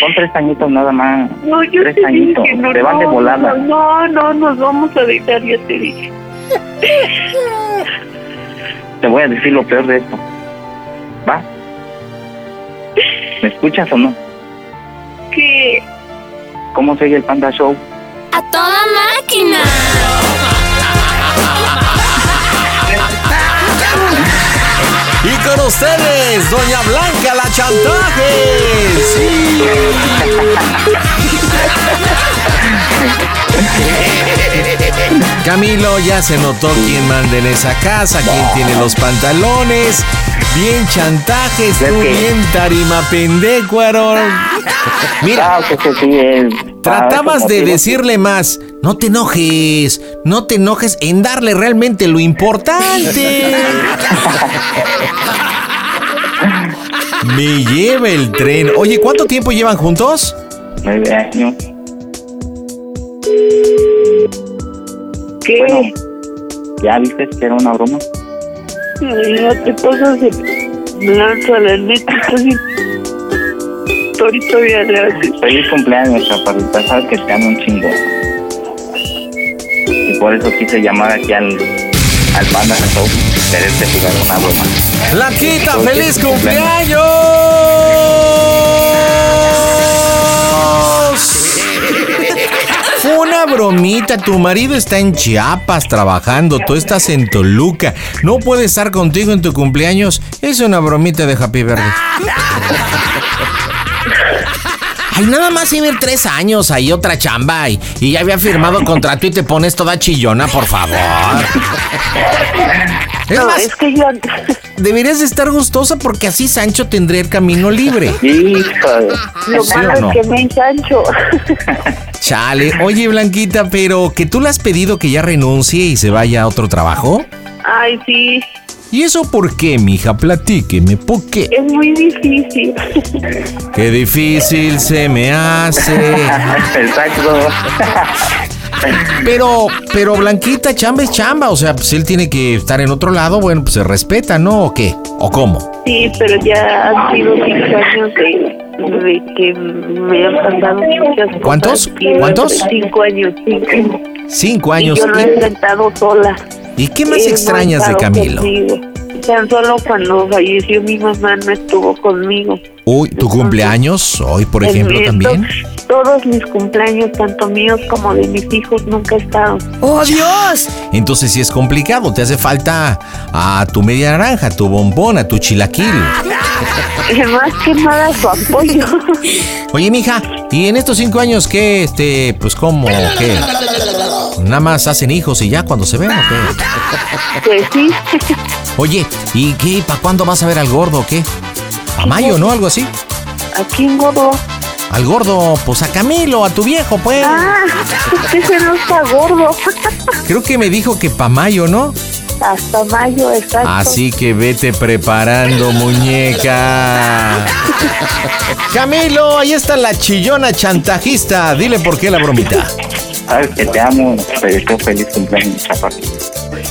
S10: Son tres añitos nada más.
S7: no, yo
S10: Tres
S7: te
S10: añitos,
S7: dije que no.
S10: te van de
S7: no,
S10: volada.
S7: No, no, no, nos vamos a dejar, ya te dije.
S10: Te voy a decir lo peor de esto. ¿Va? ¿Me escuchas o no?
S7: Que
S10: ¿Cómo se oye el Panda Show?
S13: ¡A toda máquina!
S2: Y con ustedes, Doña Blanca la Chantaje. Sí. Camilo ya se notó quién manda en esa casa, quién tiene los pantalones. Bien chantajes, tú bien tarima pendecuaro. Mira, tratabas de decirle más. No te enojes, no te enojes en darle realmente lo importante. Me lleva el tren. Oye, ¿cuánto tiempo llevan juntos?
S10: Nueve años.
S7: ¿Qué?
S10: Bueno, ¿ya viste que era una broma?
S7: Ay, no te pasas de lanza, la neta, estás bien torito bien le haces.
S10: Feliz cumpleaños, chaparrita. Sabes que te amo un chingo. Y por eso quise llamar aquí al, al Panda Show. Quererte jugar una broma.
S2: ¡Blanquita,
S10: Oye,
S2: feliz
S10: tu cumpleaños.
S2: cumpleaños! Fue una bromita, tu marido está en Chiapas trabajando, tú estás en Toluca, no puede estar contigo en tu cumpleaños, es una bromita de Happy Birthday. Ay, nada más iba a ir tres años, ahí otra chamba y, y ya había firmado contrato y te pones toda chillona, por favor. Es más, deberías de estar gustosa porque así Sancho tendría el camino libre.
S7: Lo
S2: ¿Sí
S7: malo
S2: o no?
S7: es que me engancho.
S2: Chale, oye Blanquita, pero que tú le has pedido que ya renuncie y se vaya a otro trabajo.
S7: Ay, sí.
S2: ¿Y eso por qué, mija? Platíqueme, ¿por qué?
S14: Es muy difícil.
S2: Qué difícil se me hace.
S10: Exacto.
S2: Pero, pero Blanquita, chamba es chamba. O sea, pues él tiene que estar en otro lado. Bueno, pues se respeta, ¿no? ¿O qué? ¿O cómo?
S14: Sí, pero ya han sido cinco años de, de que me han pasado muchas cosas.
S2: ¿Cuántos?
S14: Y bueno,
S2: ¿Cuántos?
S14: Cinco años, cinco.
S2: Cinco
S14: Y
S2: años.
S14: yo lo he
S2: ¿Y,
S14: enfrentado sola.
S2: y qué más
S14: Él no
S2: extrañas de
S14: ha estado
S2: Camilo?
S14: conmigo. Tan solo cuando falleció mi mamá no estuvo conmigo.
S2: Uy, tu cumpleaños, hoy por
S14: El
S2: ejemplo
S14: mío,
S2: también.
S14: to- Todos mis cumpleaños, tanto míos como de mis hijos, nunca he estado.
S2: ¡Oh, Dios! Entonces sí es complicado, te hace falta a tu media naranja, tu bombona, tu chilaquil.
S14: Más que nada su apoyo.
S2: Oye, mija, ¿y en estos cinco años qué, este, pues cómo, qué? Nada más hacen hijos y ya cuando se ven, ¿o qué?
S14: Pues sí.
S2: Oye, ¿y qué? ¿Para cuándo vas a ver al gordo o qué? ¿A mayo, no? Algo así.
S14: ¿A quién gordo?
S2: Al gordo, pues a Camilo, a tu viejo, pues.
S14: Ah, ese no está gordo.
S2: Creo que me dijo que pa' mayo, ¿no?
S14: Hasta mayo está.
S2: Así que vete preparando, muñeca. Camilo, ahí está la chillona chantajista. Dile por qué la bromita.
S10: Sabes que te amo, pero tú feliz cumpleaños, papá.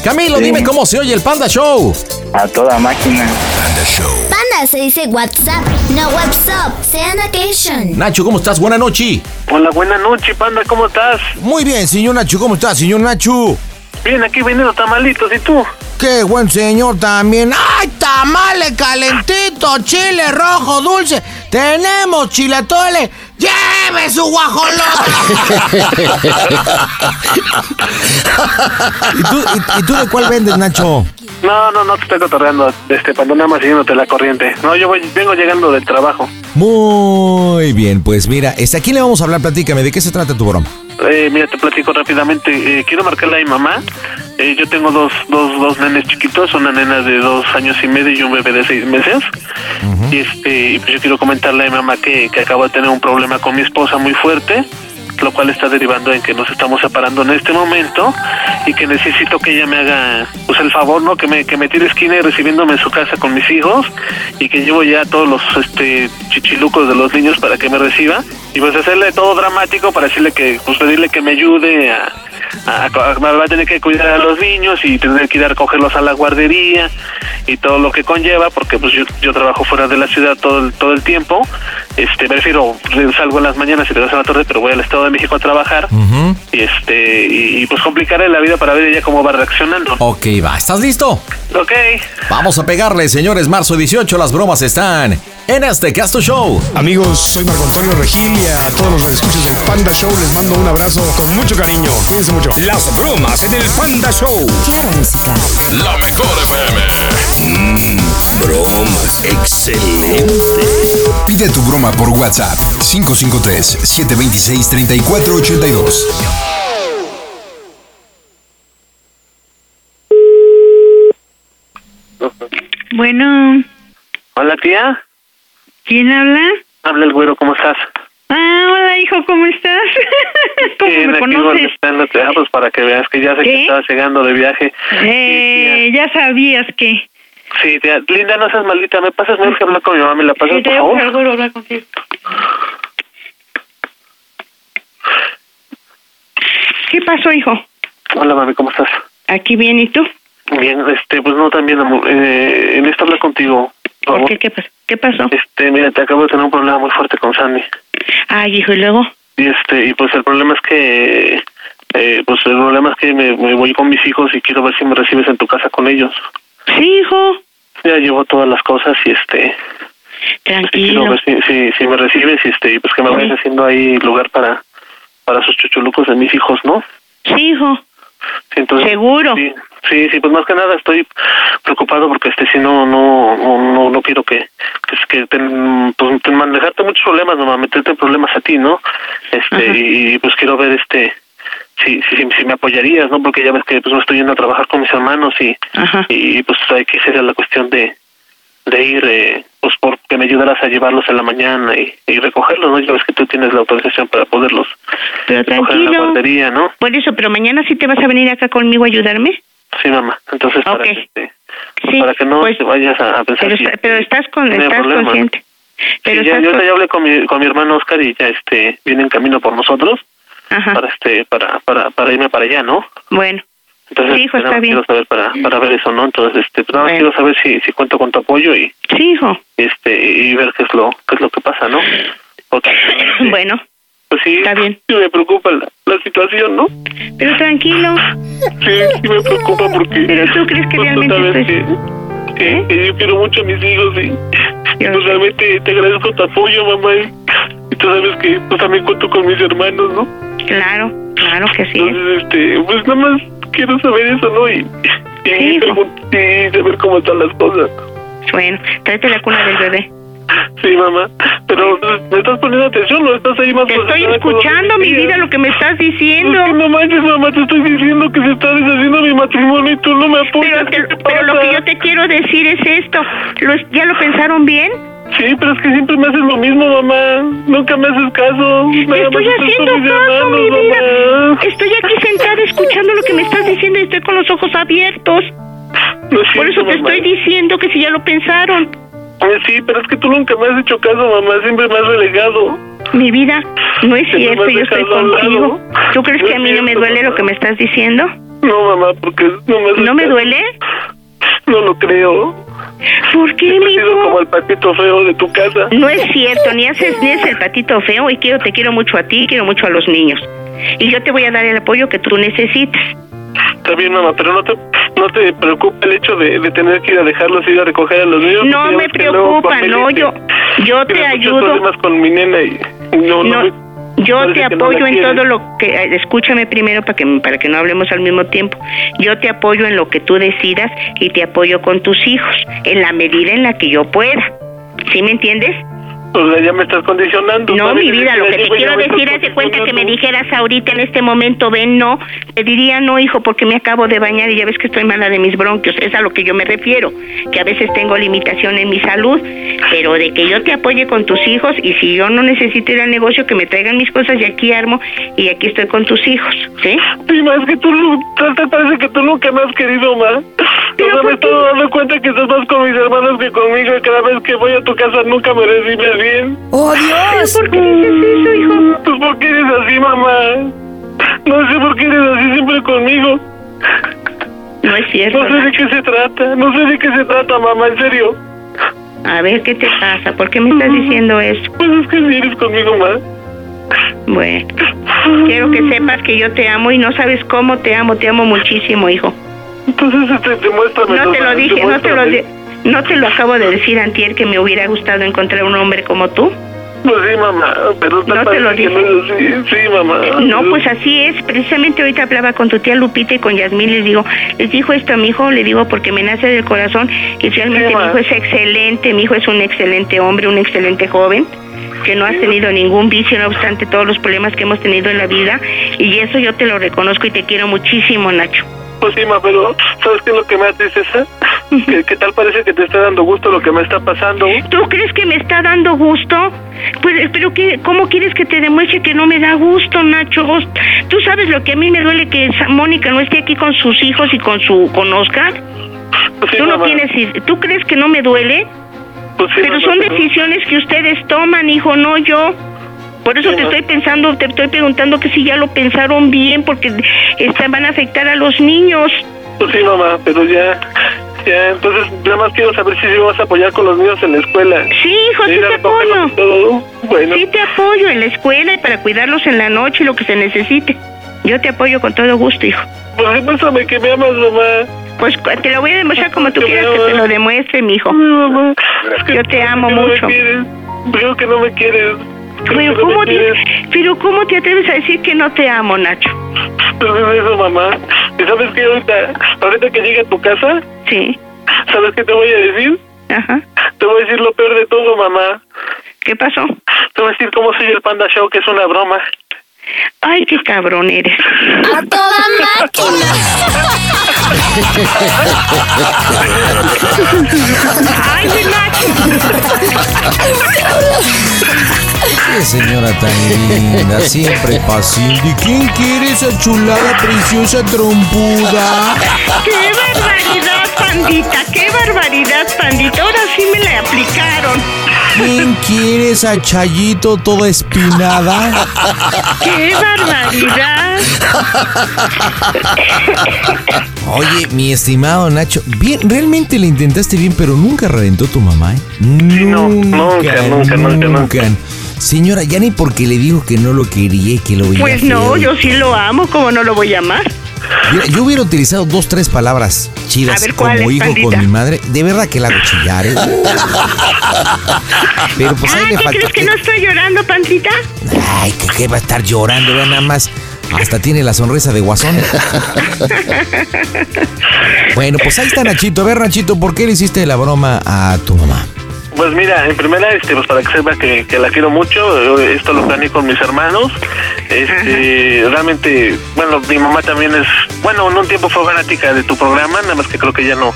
S2: Camilo, dime cómo se oye el Panda Show.
S10: A toda máquina.
S2: Panda Show.
S15: Panda se dice WhatsApp, no WhatsApp. Sea on occasion.
S2: Nacho, ¿cómo estás? Buena noche.
S16: Hola, buena noche, panda, ¿cómo estás?
S2: Muy bien, señor Nacho, ¿cómo estás, señor Nacho?
S16: Bien, aquí vendiendo tamalitos, ¿y tú?
S2: Qué buen señor también.
S17: ¡Ay, tamales calentitos, chile rojo, dulce! ¡Tenemos chilatole! ¡Lleve su guajolote!
S2: ¿Y tú, y- y tú de cuál vendes, Nacho?
S16: No, no, no te estoy cotorreando, este, panda, nada más siguiéndote la corriente. No, yo voy- vengo llegando del trabajo.
S2: Muy bien, pues mira, este, ¿a quién le vamos a hablar? Platícame, ¿de qué se trata tu broma?
S16: Eh, mira, te platico rápidamente. Eh, quiero marcarle a mi mamá. Eh, yo tengo dos, dos, dos nenes chiquitos, una nena de dos años y medio y un bebé de seis meses. Y este, y pues yo quiero comentarle a mi mamá que, que acabo de tener un problema con mi esposa muy fuerte, lo cual está derivando en que nos estamos separando en este momento y que necesito que ella me haga pues el favor, ¿no? Que me, que me tire esquina y recibiéndome en su casa con mis hijos y que llevo ya todos los este chichilucos de los niños para que me reciba y pues hacerle todo dramático para decirle que pues pedirle que me ayude a, a- a- va a tener que cuidar a los niños y tener que ir a recogerlos a la guardería y todo lo que conlleva porque pues yo, yo trabajo fuera de la ciudad todo el, todo el tiempo este me refiero salgo en las mañanas y regreso en la tarde pero voy al estado de México a trabajar y este y, y, pues complicaré la vida para ver ella cómo va reaccionando
S2: Ok, va, ¿estás listo?
S16: Ok.
S2: Vamos a pegarle, señores. Marzo 18, las bromas están en este Casto Show.
S18: Amigos, soy Marco Antonio Regil y a todos los escuchos del Panda Show les mando un abrazo con mucho cariño. Cuídense mucho.
S5: Las bromas en el Panda Show. La mejor FM. broma. Excelente.
S1: Pide tu broma por WhatsApp 553-726-3482.
S19: Bueno,
S16: hola tía
S19: ¿quién habla?
S16: habla el güero cómo estás
S19: Ah, hola hijo, ¿cómo estás? ¿Cómo
S16: Bien,
S19: Pues, me
S16: aquí
S19: conoces?
S16: molestándote. Ah, pues para que veas que ya sé
S19: ¿Qué?
S16: que estabas llegando de viaje.
S19: Eh, ya sabías que...
S16: Sí, tía, Linda, no seas maldita, me pasas, me urge hablar con mi mamá, me la pasas,
S19: Sí,
S16: por
S19: te hago
S16: favor.
S19: algo de hablar contigo. ¿Qué pasó, hijo?
S16: Hola, mami, ¿cómo estás?
S19: Aquí bien, ¿y tú?
S16: Bien, este, pues no, también, amor, eh, en esto hablar contigo. ¿Por,
S19: qué? ¿Qué pasó? ¿Qué pasó?
S16: Este, mira, te acabo de tener un problema muy fuerte con Sandy.
S19: Ay, hijo, ¿y luego?
S16: Y este, y pues el problema es que, eh, pues el problema es que me, me voy con mis hijos y quiero ver si me recibes en tu casa con ellos.
S19: Sí, hijo,
S16: Ya llevo todas las cosas y este, quiero
S19: tranquilo.
S16: ver si, si, si me recibes y este, y pues que me vayas haciendo ahí lugar para, para sus chuchulucos de mis hijos, ¿no?
S19: Sí, hijo,
S16: ¿Seguro? Sí, sí, sí, pues más que nada estoy preocupado porque este si no no no no, no quiero que que, que te, pues, te- manejarte muchos problemas, no meterte en problemas a ti, ¿no? Este y, y, pues quiero ver este si, si si- si me apoyarías, ¿no? Porque ya ves que pues me estoy yendo a trabajar con mis hermanos y y pues aquí sería la cuestión de de ir eh, pues porque me ayudaras a llevarlos en la mañana y, y recogerlos, ¿no? Ya ves que tú tienes la autorización para poderlos
S19: pero
S16: recoger en la
S19: tranquilo.
S16: guardería, ¿no?
S19: Por eso, pero mañana sí te vas a venir acá conmigo a ayudarme.
S16: Sí, mamá. Entonces, para que, este,
S19: Sí, pues,
S20: para que no te vayas a, a pensar
S19: Pero,
S20: si-
S19: está- pero estás, con,
S20: tiene
S19: estás
S20: problema.
S19: consciente. Pero
S20: Sí, ya,
S19: estás
S20: yo
S19: con-
S20: ahorita ya hablé con mi, con mi hermano Oscar y ya este viene en camino por nosotros para este para, para para irme para allá, ¿no?
S19: Bueno,
S20: Entonces,
S19: Sí, hijo,
S20: nada
S19: está
S20: más
S19: bien.
S20: quiero saber para, para ver eso, ¿no? Entonces, este, pues, nada más quiero saber si, si cuento con tu apoyo y
S19: sí, hijo.
S20: este y ver qué es lo qué es lo que pasa, ¿no? Porque
S19: Bueno,
S20: pues sí,
S19: está bien.
S20: me preocupa la, la situación, ¿no?
S19: Pero tranquilo.
S20: Sí, sí me preocupa porque.
S19: Pero tú crees que
S20: pues, tú
S19: realmente
S20: sabes
S19: estoy- ¿Eh?
S20: que, que- que yo quiero mucho a mis hijos y, y, pues realmente te agradezco tu apoyo, mamá. Y, y tú sabes que pues también cuento con mis hermanos, ¿no?
S19: Claro, claro que sí.
S20: Entonces, este, pues nada más quiero saber eso, ¿no? Y, y, pregun- y saber cómo están las cosas.
S19: Bueno, tráete la cuna del bebé.
S20: Sí, mamá. Pero me estás poniendo atención, ¿no? Estás ahí más Te
S19: estoy escuchando, mi vida, lo que me estás diciendo.
S20: No manches, mamá, te estoy diciendo que se está deshaciendo mi matrimonio y tú no me apoyas. Pero,
S19: Pero lo que yo te quiero decir es esto. ¿Lo- ¿Ya lo pensaron bien?
S20: Sí, pero es que siempre me haces lo mismo, mamá. Nunca me haces caso.
S19: Te estoy haciendo caso, mi vida. Estoy aquí sentada escuchando lo que me estás diciendo y estoy con los ojos abiertos. Por eso te estoy diciendo que si ya lo pensaron.
S20: Pues sí, pero es que tú nunca me has hecho caso, mamá. Siempre me has relegado.
S19: Mi vida, no es
S20: Que no
S19: cierto,
S20: me
S19: yo estoy
S20: dejas a un
S19: contigo.
S20: lado.
S19: ¿Tú crees
S20: No
S19: que a
S20: es
S19: mí no me
S20: cierto,
S19: duele lo
S20: mamá.
S19: que me estás diciendo?
S20: No, mamá, porque no me haces
S19: ¿No me
S20: caso.
S19: duele?
S20: No lo creo.
S19: ¿Por qué,
S20: mi sido como el patito feo de tu casa.
S19: No es cierto, ni haces ni es el patito feo y quiero te quiero mucho a ti, y quiero mucho a los niños. Y yo te voy a dar el apoyo que tú necesitas.
S20: Está bien, mamá, pero no te, no te preocupa el hecho de, de tener que ir a dejarlos, ir a recoger a los niños.
S19: No
S20: porque ya
S19: me
S20: ves que luego
S19: preocupa,
S20: con
S19: no,
S20: Melissa
S19: yo- yo te
S20: tiene muchos
S19: ayudo.
S20: problemas con mi nena y y no, no,
S19: No,
S20: me-
S19: Yo
S20: parece que no
S19: te
S20: me
S19: apoyo en
S20: quiere.
S19: todo lo que eh, escúchame primero para que para que no hablemos al mismo tiempo. Yo te apoyo en lo que tú decidas y te apoyo con tus hijos en la medida en la que yo pueda. ¿Sí me entiendes?
S20: O sea, ya me estás condicionando.
S19: No,
S20: ¿sabes?
S19: mi vida,
S20: Ya
S19: lo que te
S20: llego y ya
S19: quiero
S20: me estás
S19: decir, haz de cuenta que me dijeras ahorita en este momento, ven, no, te diría no, hijo, porque me acabo de bañar y ya ves que estoy mala de mis bronquios, es a lo que yo me refiero, que a veces tengo limitación en mi salud, pero de que yo te apoye con tus hijos y si yo no necesito ir al negocio, que me traigan mis cosas y aquí armo y aquí estoy con tus hijos, ¿sí?
S20: Sí, más que tú, nu- tal- te parece que tú nunca me has querido más. Pero me he estado dando cuenta que estás más con mis hermanos que conmigo y cada vez que voy a tu casa nunca me recibes bien.
S19: ¡Oh, Dios! ¿Por qué dices eso, hijo?
S20: Pues porque eres así, mamá. No sé por qué eres así siempre conmigo.
S19: No es cierto.
S20: No sé de qué se trata, no sé de qué se trata, mamá, en serio.
S19: A ver, ¿qué te pasa? ¿Por qué me estás diciendo eso?
S20: Pues es que vienes conmigo más.
S19: Bueno, quiero que sepas que yo te amo y no sabes cómo te amo, te amo muchísimo, hijo.
S20: Entonces, este, demuéstrame.
S19: No te
S20: mamá,
S19: lo dije, no te lo,
S20: demuéstrame.
S19: di- no te lo acabo de decir antier que me hubiera gustado encontrar un hombre como tú.
S20: Pues sí, mamá, pero te
S19: No te lo
S20: parece que
S19: dije.
S20: no es así. Sí, mamá.
S19: No, pues así es. Precisamente ahorita hablaba con tu tía Lupita y con Yasmín. Les digo, les dijo esto a mi hijo, le digo porque me nace del corazón. Y realmente
S20: Sí,
S19: mi
S20: ma.
S19: hijo es excelente. Mi hijo es un excelente hombre, un excelente joven que no has tenido ningún vicio, no obstante todos los problemas que hemos tenido en la vida. Y eso yo te lo reconozco y te quiero muchísimo, Nacho.
S20: Pues sí, ma, pero ¿sabes qué es lo que me hace esa? ¿Qué, ¿Qué tal parece que te está dando gusto lo que me está pasando?
S19: ¿Tú crees que me está dando gusto? Pues, pero qué, ¿cómo quieres que te demuestre que no me da gusto, Nacho? Vos- ¿Tú sabes lo que a mí me duele que esa Mónica no esté aquí con sus hijos y con su con Oscar?
S20: Pues Sí,
S19: ¿Tú no
S20: mamá.
S19: tienes, i- ¿Tú crees que no me duele?
S20: Pues sí,
S19: pero
S20: mamá,
S19: son
S20: pero-
S19: decisiones que ustedes toman, hijo, no yo. Por eso
S20: Sí,
S19: te
S20: mamá.
S19: estoy pensando, te estoy preguntando que si ya lo pensaron bien, porque este, van a afectar a los niños.
S20: Pues sí, mamá, pero ya. Ya, entonces nada más quiero saber si sí me vas a apoyar con los niños en la escuela.
S19: Sí, hijo, sí
S20: Ir a
S19: te
S20: recogerlos
S19: apoyo.
S20: y todo. Bueno,
S19: Sí te apoyo en la escuela y para cuidarlos en la noche y lo que se necesite. Yo te apoyo con todo gusto, hijo.
S20: pues demuéstrame que me amas, mamá.
S19: Pues cu- te lo voy a demostrar como tú
S20: Yo
S19: quieras que
S20: me
S19: te
S20: amo.
S19: lo demuestre, mi hijo. Yo te amo
S20: que no
S19: mucho.
S20: me quieres. Creo que no me quieres. Creo que
S19: Pero
S20: no
S19: ¿cómo,
S20: me
S19: te,
S20: quieres.
S19: pero ¿cómo te atreves a decir que no te amo, Nacho?
S20: Pero es Pues eso, mamá. ¿Y sabes qué ahorita? Ahorita que llegue a tu casa.
S19: Sí.
S20: ¿Sabes qué te voy a decir?
S19: Ajá.
S20: Te voy a decir lo peor de todo, mamá.
S19: ¿Qué pasó?
S20: Te voy a decir cómo soy el Panda Show, que es una broma.
S19: Ay, qué cabrón eres.
S7: ¡A toda máquina!
S19: ¡Ay, mi
S2: Qué señora tan linda, siempre paciente. ¿Y quién quiere esa chulada preciosa trompuda?
S19: ¡Qué barbaridad, pandita, qué barbaridad, pandita. Ahora sí me la aplicaron.
S17: ¿Quién quieres a Chayito toda espinada?
S19: ¡Qué barbaridad!
S2: Oye, mi estimado Nacho, bien, realmente le intentaste bien, pero nunca reventó tu mamá, ¿eh?
S16: no, nunca, nunca, nunca,
S2: nunca. Señora, ya ni porque le dijo que no lo quería, que lo veía
S19: Pues no,
S2: feo.
S19: yo sí lo amo, ¿cómo no lo voy a amar?
S2: Mira, yo hubiera utilizado dos, tres palabras chidas
S19: A ver,
S2: como
S19: ¿cuáles,
S2: hijo
S19: pandita?
S2: con mi madre. De verdad que la hago chillar, ¿eh? Pero pues ahí
S19: ah,
S2: le
S19: ¿qué
S2: falta.
S19: crees que no estoy llorando, pandita?
S2: Ay, que qué va a estar llorando, vean nada más. Hasta tiene la sonrisa de guasón. bueno, pues ahí está Nachito. A ver, Nachito, ¿por qué le hiciste la broma a tu mamá?
S16: Pues mira, en primera, este, pues para que sepa que, que la quiero mucho, eh, esto lo planeé con mis hermanos. Este, realmente, bueno, mi mamá también es, bueno, en un tiempo fue fanática de tu programa, nada más que creo que ya no,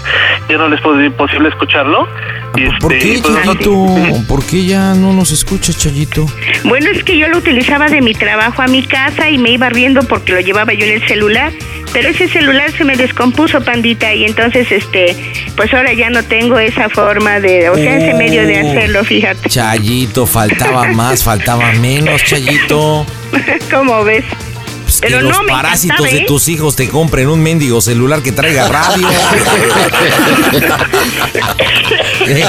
S16: ya no les fue posible escucharlo. Y este,
S2: ¿Por qué,
S16: pues,
S2: Chayito? ¿Por qué ya no nos escuchas, Chayito?
S19: Bueno, es que yo lo utilizaba de mi trabajo a mi casa y me iba riendo porque lo llevaba yo en el celular. Pero ese celular se me descompuso, pandita, y entonces, este, pues ahora ya no tengo esa forma de, o sea, ese medio
S2: Oh.
S19: de hacerlo, fíjate.
S2: Chayito, faltaba más, faltaba menos, Chayito.
S19: ¿Cómo ves?
S2: Pues Que
S19: Pero
S2: los
S19: no me
S2: parásitos
S19: encantaba,
S2: de
S19: ¿eh?
S2: tus hijos te compren un mendigo celular que traiga radio. Eh,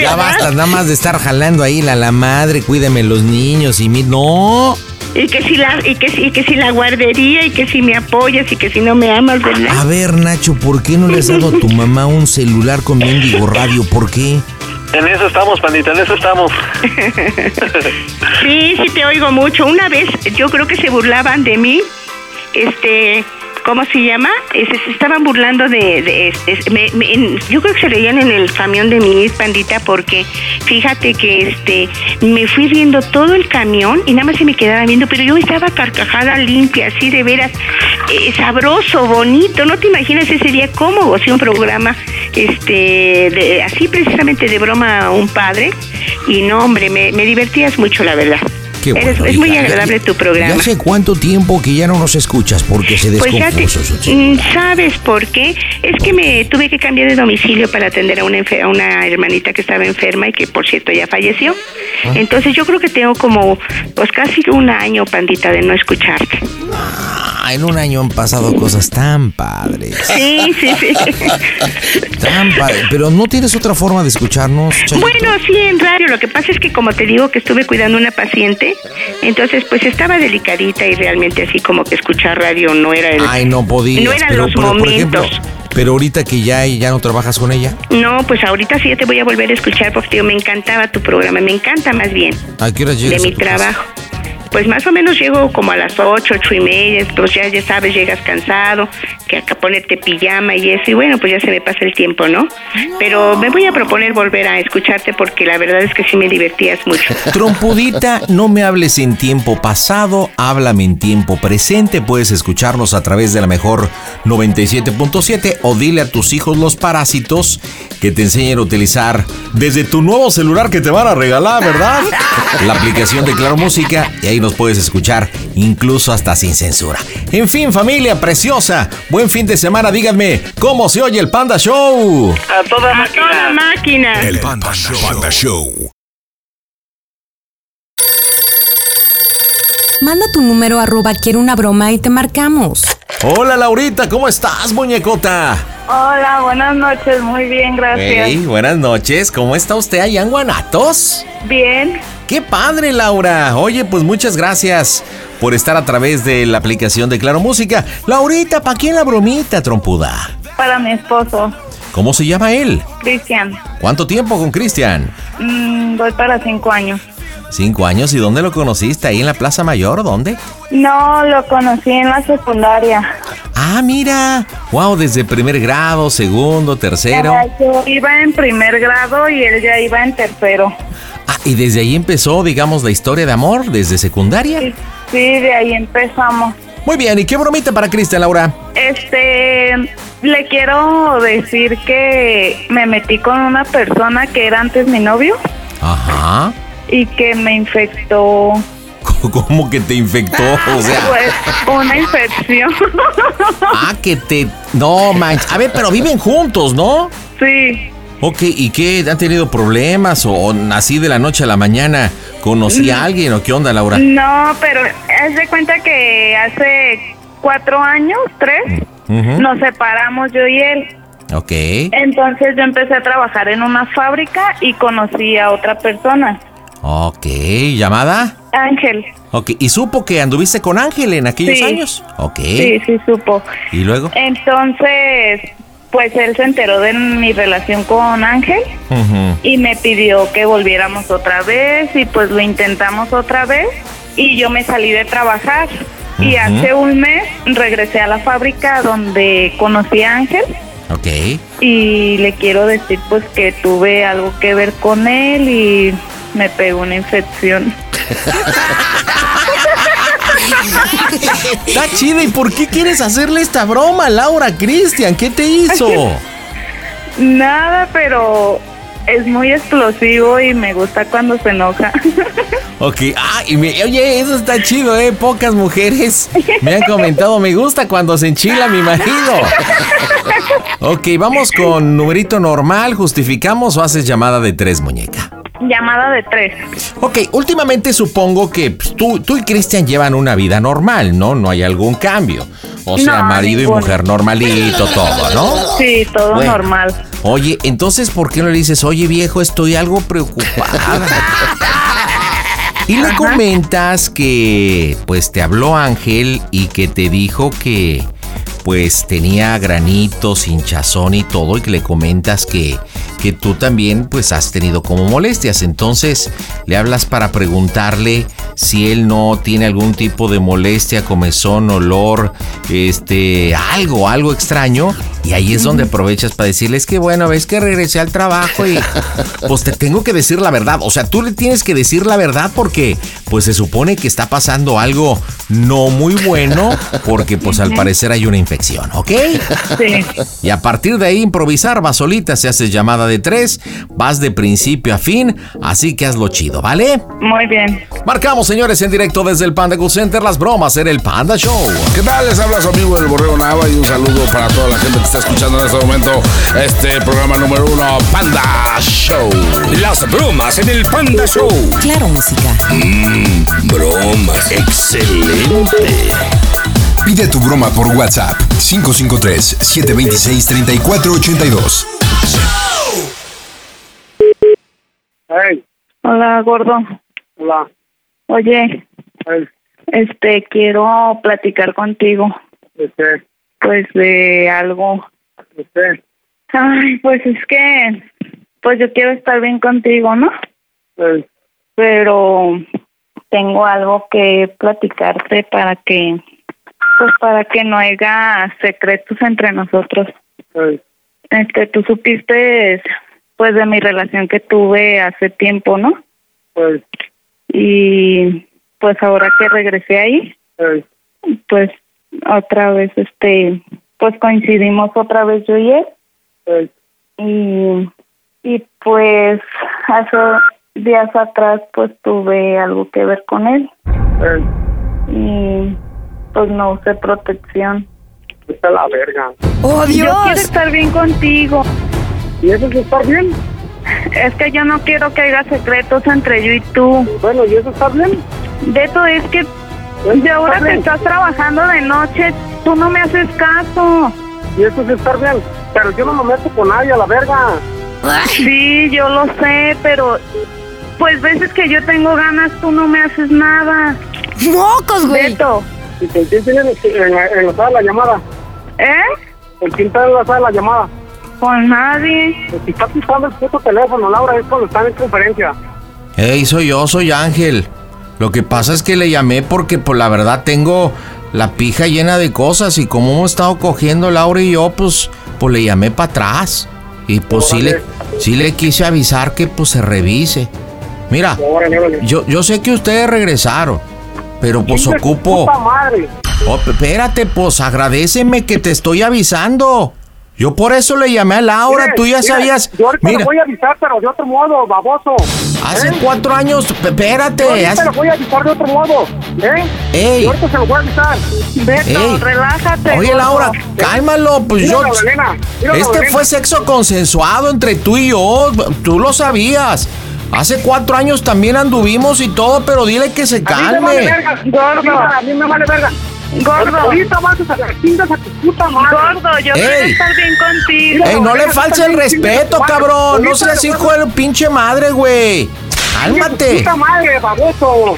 S2: ya basta, nada más de estar jalando ahí la, la madre, cuídeme los niños y mi. No.
S19: Y que si la, y que, si- y que si la guardería, y que si me apoyas, y que si no me amas, ¿verdad?
S2: A ver, Nacho, ¿por qué no le has dado a tu mamá un celular con mendigo radio? ¿Por qué?
S16: En eso estamos, pandita, en eso estamos.
S19: Sí, sí te oigo mucho. Una vez yo creo que se burlaban de mí, este, ¿cómo se llama? Eh, Se, se estaban burlando de, de- es- es- me- me- en- yo creo que se reían en el camión de mi pandita porque fíjate que este, me fui viendo todo el camión y nada más se me quedaba viendo, pero yo estaba carcajada limpia, así de veras, eh, sabroso, bonito. No te imaginas ese día cómo gocé un programa, este, de- así precisamente de broma a un padre. Y no, hombre, me, me divertías mucho, la verdad.
S2: Qué bueno,
S19: Eres- es muy
S2: hija.
S19: agradable tu programa.
S2: ¿Y hace cuánto tiempo que ya no nos escuchas? Porque se
S19: Pues ya te,
S2: descompuso. Xochitl.
S19: Mm, ¿sabes por qué? Es que me tuve que cambiar de domicilio para atender a una, enfe- a una hermanita que estaba enferma y que por cierto ya falleció. Entonces yo creo que tengo como pues casi un año, pandita, de no escucharte.
S2: Ah, en un año han pasado cosas tan padres.
S19: Sí, sí, sí.
S2: Tan padres. Pero no tienes otra forma de escucharnos, Chayo?
S19: Bueno, sí, en radio. Lo que pasa es que, como te digo, que estuve cuidando a una paciente, entonces pues estaba delicadita y realmente así como que escuchar radio no era el...
S2: Ay, no podías.
S19: No eran
S2: pero,
S19: los
S2: pero, por ejemplo,
S19: momentos.
S2: pero ahorita que ya, ya no trabajas con ella,
S19: No, pues ahorita sí ya te voy a volver a escuchar porque tío, me encantaba tu programa, me encanta más bien
S2: ¿a qué hora
S19: de
S2: llegas?
S19: mi trabajo. Pues más o menos llego como a las ocho, ocho y media, pues ya, ya sabes, llegas cansado, que acá ponerte pijama y eso, y bueno, pues ya se me pasa el tiempo, ¿no? Pero me voy a proponer volver a escucharte porque la verdad es que sí me divertías mucho.
S2: Trompudita, no me hables en tiempo pasado, háblame en tiempo presente. Puedes escucharnos a través de la mejor 97.7 o dile a tus hijos los parásitos que te enseñen a utilizar desde tu nuevo celular que te van a regalar, ¿verdad? La aplicación de Claro Música y ahí nos puedes escuchar incluso hasta sin censura. En fin, familia preciosa, buen fin de semana. Díganme, ¿cómo se oye el Panda Show?
S19: A toda máquina. A toda máquina.
S21: El Panda Show. Panda Show.
S4: Manda tu número arroba quiero una broma y te marcamos.
S2: Hola Laurita, ¿cómo estás, muñecota?
S22: Hola, buenas noches, muy bien, gracias.
S2: Hey, buenas noches, ¿cómo está usted allá en Guanatos?
S22: Bien.
S2: ¡Qué padre, Laura! Oye, pues muchas gracias por estar a través de la aplicación de Claro Música. Laurita, ¿para quién la bromita, trompuda?
S22: Para mi esposo,
S2: ¿Cómo se llama él?
S22: Cristian.
S2: ¿Cuánto tiempo con Cristian?
S22: Mm, voy para cinco años.
S2: Cinco años, ¿y dónde lo conociste? ¿Ahí en la Plaza Mayor? ¿Dónde?
S22: No, lo conocí en la secundaria.
S2: Ah, mira. Wow, desde primer grado, segundo, tercero.
S22: Ah, Yo iba en primer grado y él ya iba en tercero.
S2: Ah, y desde ahí empezó, digamos, la historia de amor, desde secundaria.
S22: Sí, sí, de ahí empezamos.
S2: Muy bien, ¿y qué bromita para Cristian, Laura?
S22: Este, le quiero decir que me metí con una persona que era antes mi novio
S2: Ajá.
S22: y que me infectó
S2: ¿Cómo que te infectó? O sea,
S22: pues, una infección.
S2: ah, que te No, manches. A ver, pero viven juntos, ¿no?
S22: Sí.
S2: Ok, ¿y qué? ¿Han tenido problemas o, o así de la noche a la mañana
S22: Mm.
S2: conocí a alguien o qué onda, Laura?
S22: No, pero haz de cuenta que hace cuatro años, tres,
S2: Ujú.
S22: nos separamos yo y él.
S2: Ok.
S22: Entonces yo empecé a trabajar en una fábrica y conocí a otra persona,
S2: Ok, ¿llamada?
S22: Ángel.
S2: Ok, ¿y supo que anduviste con Ángel en aquellos
S22: Sí.
S2: años? Ok.
S22: Sí, sí, supo.
S2: ¿Y luego?
S22: Entonces, pues él se enteró de mi relación con Ángel
S2: Ujú.
S22: y me pidió que volviéramos otra vez y pues lo intentamos otra vez y yo me salí de trabajar y
S2: Ujú.
S22: hace un mes regresé a la fábrica donde conocí a Ángel
S2: Ok.
S22: y le quiero decir pues que tuve algo que ver con él y me pegó una infección.
S2: Está chida, ¿y por qué quieres hacerle esta broma, Laura Cristian? ¿Qué te hizo?
S22: Nada, pero es muy explosivo y me gusta cuando se enoja.
S2: Ok, ah, y me- oye, eso está chido, ¿eh? Pocas mujeres me han comentado, me gusta cuando se enchila mi marido. Ok, vamos con numerito normal, justificamos o haces llamada de tres, muñeca.
S22: Llamada de tres.
S2: Ok, últimamente supongo que pues, tú, tú y Cristian llevan una vida normal, ¿no? No hay algún cambio. O sea,
S22: No,
S2: marido
S22: ninguno.
S2: y mujer normalito, todo, ¿no?
S22: Sí, todo
S2: Bueno.
S22: normal.
S2: Oye, entonces, ¿por qué no le dices, oye viejo, estoy algo preocupada? y le comentas que, pues, te habló Ángel y que te dijo que, pues, tenía granitos, hinchazón y todo, y que le comentas que, que tú también, pues, has tenido como molestias. Entonces, le hablas para preguntarle si él no tiene algún tipo de molestia, comezón, olor, este, algo, algo extraño. Y ahí es donde aprovechas para decirles que bueno, ves que regresé al trabajo y pues te tengo que decir la verdad. O sea, tú le tienes que decir la verdad porque pues se supone que está pasando algo no muy bueno porque pues al
S5: Ujú.
S2: parecer hay una infección, ¿ok? Y a partir de ahí improvisar, vas solita, se hace llamada de tres, vas de principio a fin, así que hazlo chido, ¿vale?
S22: Muy bien.
S2: Marcamos, señores, en directo desde el Panda Cool Center las bromas en el Panda Show.
S21: ¿Qué tal? Les habla su amigo el Borrego Nava y un saludo para toda la gente que está escuchando en este momento este programa número uno, Panda Show.
S5: Las bromas en el Panda Show. Mm,
S4: Claro, música.
S5: bromas. Excelente.
S1: Pide tu broma por WhatsApp 553-726-3482.
S22: Hola, gordo.
S23: Hola.
S22: Oye, este, quiero platicar contigo.
S23: ¿De qué?
S22: Pues de algo.
S23: ¿De qué?
S22: Ay, pues es que, pues yo quiero estar bien contigo, ¿no?
S23: Sí.
S22: Pero tengo algo que platicarte para que, pues para que no haya secretos entre nosotros.
S23: Sí.
S22: Este, tú supiste, pues, de mi relación que tuve hace tiempo, ¿no?
S23: Sí.
S22: Y, pues, ahora que regresé ahí,
S23: Sí.
S22: pues, otra vez, este, pues, coincidimos otra vez yo y él.
S23: Sí.
S22: Y, y, pues, hace días atrás, pues, tuve algo que ver con él.
S23: Sí.
S22: Y, pues, no usé protección.
S23: Está la verga.
S22: ¡Oh, Dios! Yo quiero estar bien contigo.
S23: ¿Y eso es estar bien?
S22: Es que yo no quiero que haya secretos entre yo y tú.
S23: Bueno, ¿y eso está bien?
S22: De eso es que de ahora que
S23: bien.
S22: estás trabajando de noche, tú no me haces caso.
S23: ¿Y eso es estar bien? Pero yo no me meto con nadie a la verga.
S22: Sí, yo lo sé, pero pues veces que yo tengo ganas, tú no me haces nada. ¡Mocos, güey! Beto,
S23: ¿Y con quién tienen en- enlazada la llamada?
S22: ¿eh?
S23: ¿Con quién está enlazada la llamada?
S22: Con nadie.
S23: Pues si estás usando el puto teléfono, Laura, es cuando están en conferencia.
S2: Hey, soy yo, soy Ángel. Lo que pasa es que le llamé porque, pues, la verdad tengo la pija llena de cosas y como hemos estado cogiendo Laura y yo, pues, pues le llamé para atrás. Y pues sí le, sí le quise avisar que pues se revise. Mira, yo, yo sé que ustedes regresaron, pero pues
S23: Hijo de tu
S2: ocupo...
S23: puta madre!
S2: Oh, espérate, pues agradeceme que te estoy avisando. Yo por eso le llamé a Laura,
S7: Mire,
S2: tú ya
S7: mire,
S2: sabías.
S7: Yo ahorita
S2: Mira,
S7: lo voy a
S23: Ah,
S7: avisar, pero de otro modo, baboso.
S2: hace cuatro años, p-
S7: ¿Eh? Yo
S2: espérate.
S7: ahorita
S2: hace-
S7: lo voy a avisar de otro modo, ¿eh?
S2: Ey.
S7: Yo ahorita se lo voy a avisar.
S2: Ey. Oye, Laura, cálmalo, pues
S7: Mira,
S2: yo.
S7: Magdalena, mira,
S2: este
S7: Magdalena.
S2: fue sexo consensuado entre tú y yo, tú lo sabías. Hace cuatro años también anduvimos y todo, pero dile que se
S7: A mí me vale
S2: calme.
S7: verga, gordo. A mí me vale verga.
S22: Gordo.
S7: Ahorita vas a sacar chingas a tu puta madre.
S22: Gordo, yo quiero
S2: Ey.
S22: estar bien contigo.
S2: Ey, no le false el respeto, cabrón. No seas hijo de pinche madre, güey. Cálmate.
S7: Puta madre, baboso.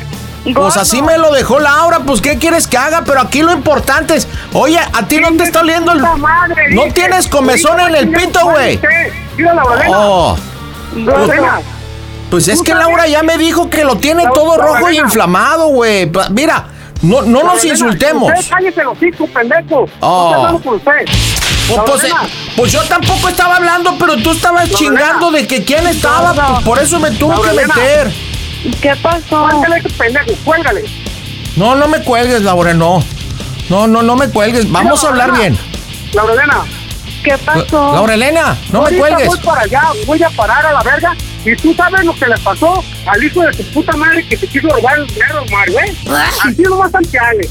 S2: Pues así me lo dejó Laura, pues ¿qué quieres que haga? Pero aquí lo importante es, oye, a ti no te está oliendo el... No
S7: dice.
S2: tienes comezón en
S7: Ahorita va a
S2: el
S7: chingar
S2: pito,
S7: su madre
S2: güey.
S7: usted. Mira la Magdalena.
S2: Oh.
S7: Magdalena.
S2: Pues es que Laura ya me dijo que lo tiene todo rojo y inflamado, güey. Pa- Mira, no, no nos
S7: Magdalena,
S2: insultemos.
S7: Usted cállese los hijos, pendejo.
S2: Oh.
S7: No estoy hablando con usted.
S2: Pues, pues, eh, pues yo tampoco estaba hablando, pero tú estabas chingando de que quién estaba. pues por eso me tuvo que
S7: Magdalena.
S2: meter.
S22: ¿Qué pasó?
S7: Cuélgale, pendejo, cuélgale.
S2: No, no me cuelgues, Laura, no. No, no, no me cuelgues. Vamos a hablar bien.
S7: Laura Elena.
S22: ¿Qué
S2: pasó? Laura Elena, Eh, no me
S7: Ahorita
S2: cuelgues.
S7: Voy para allá, voy a parar a la verga. Y tú sabes lo que le pasó al hijo de tu puta madre que te quiso robar el dinero, Mario, ¿eh? Así nomás tanteale.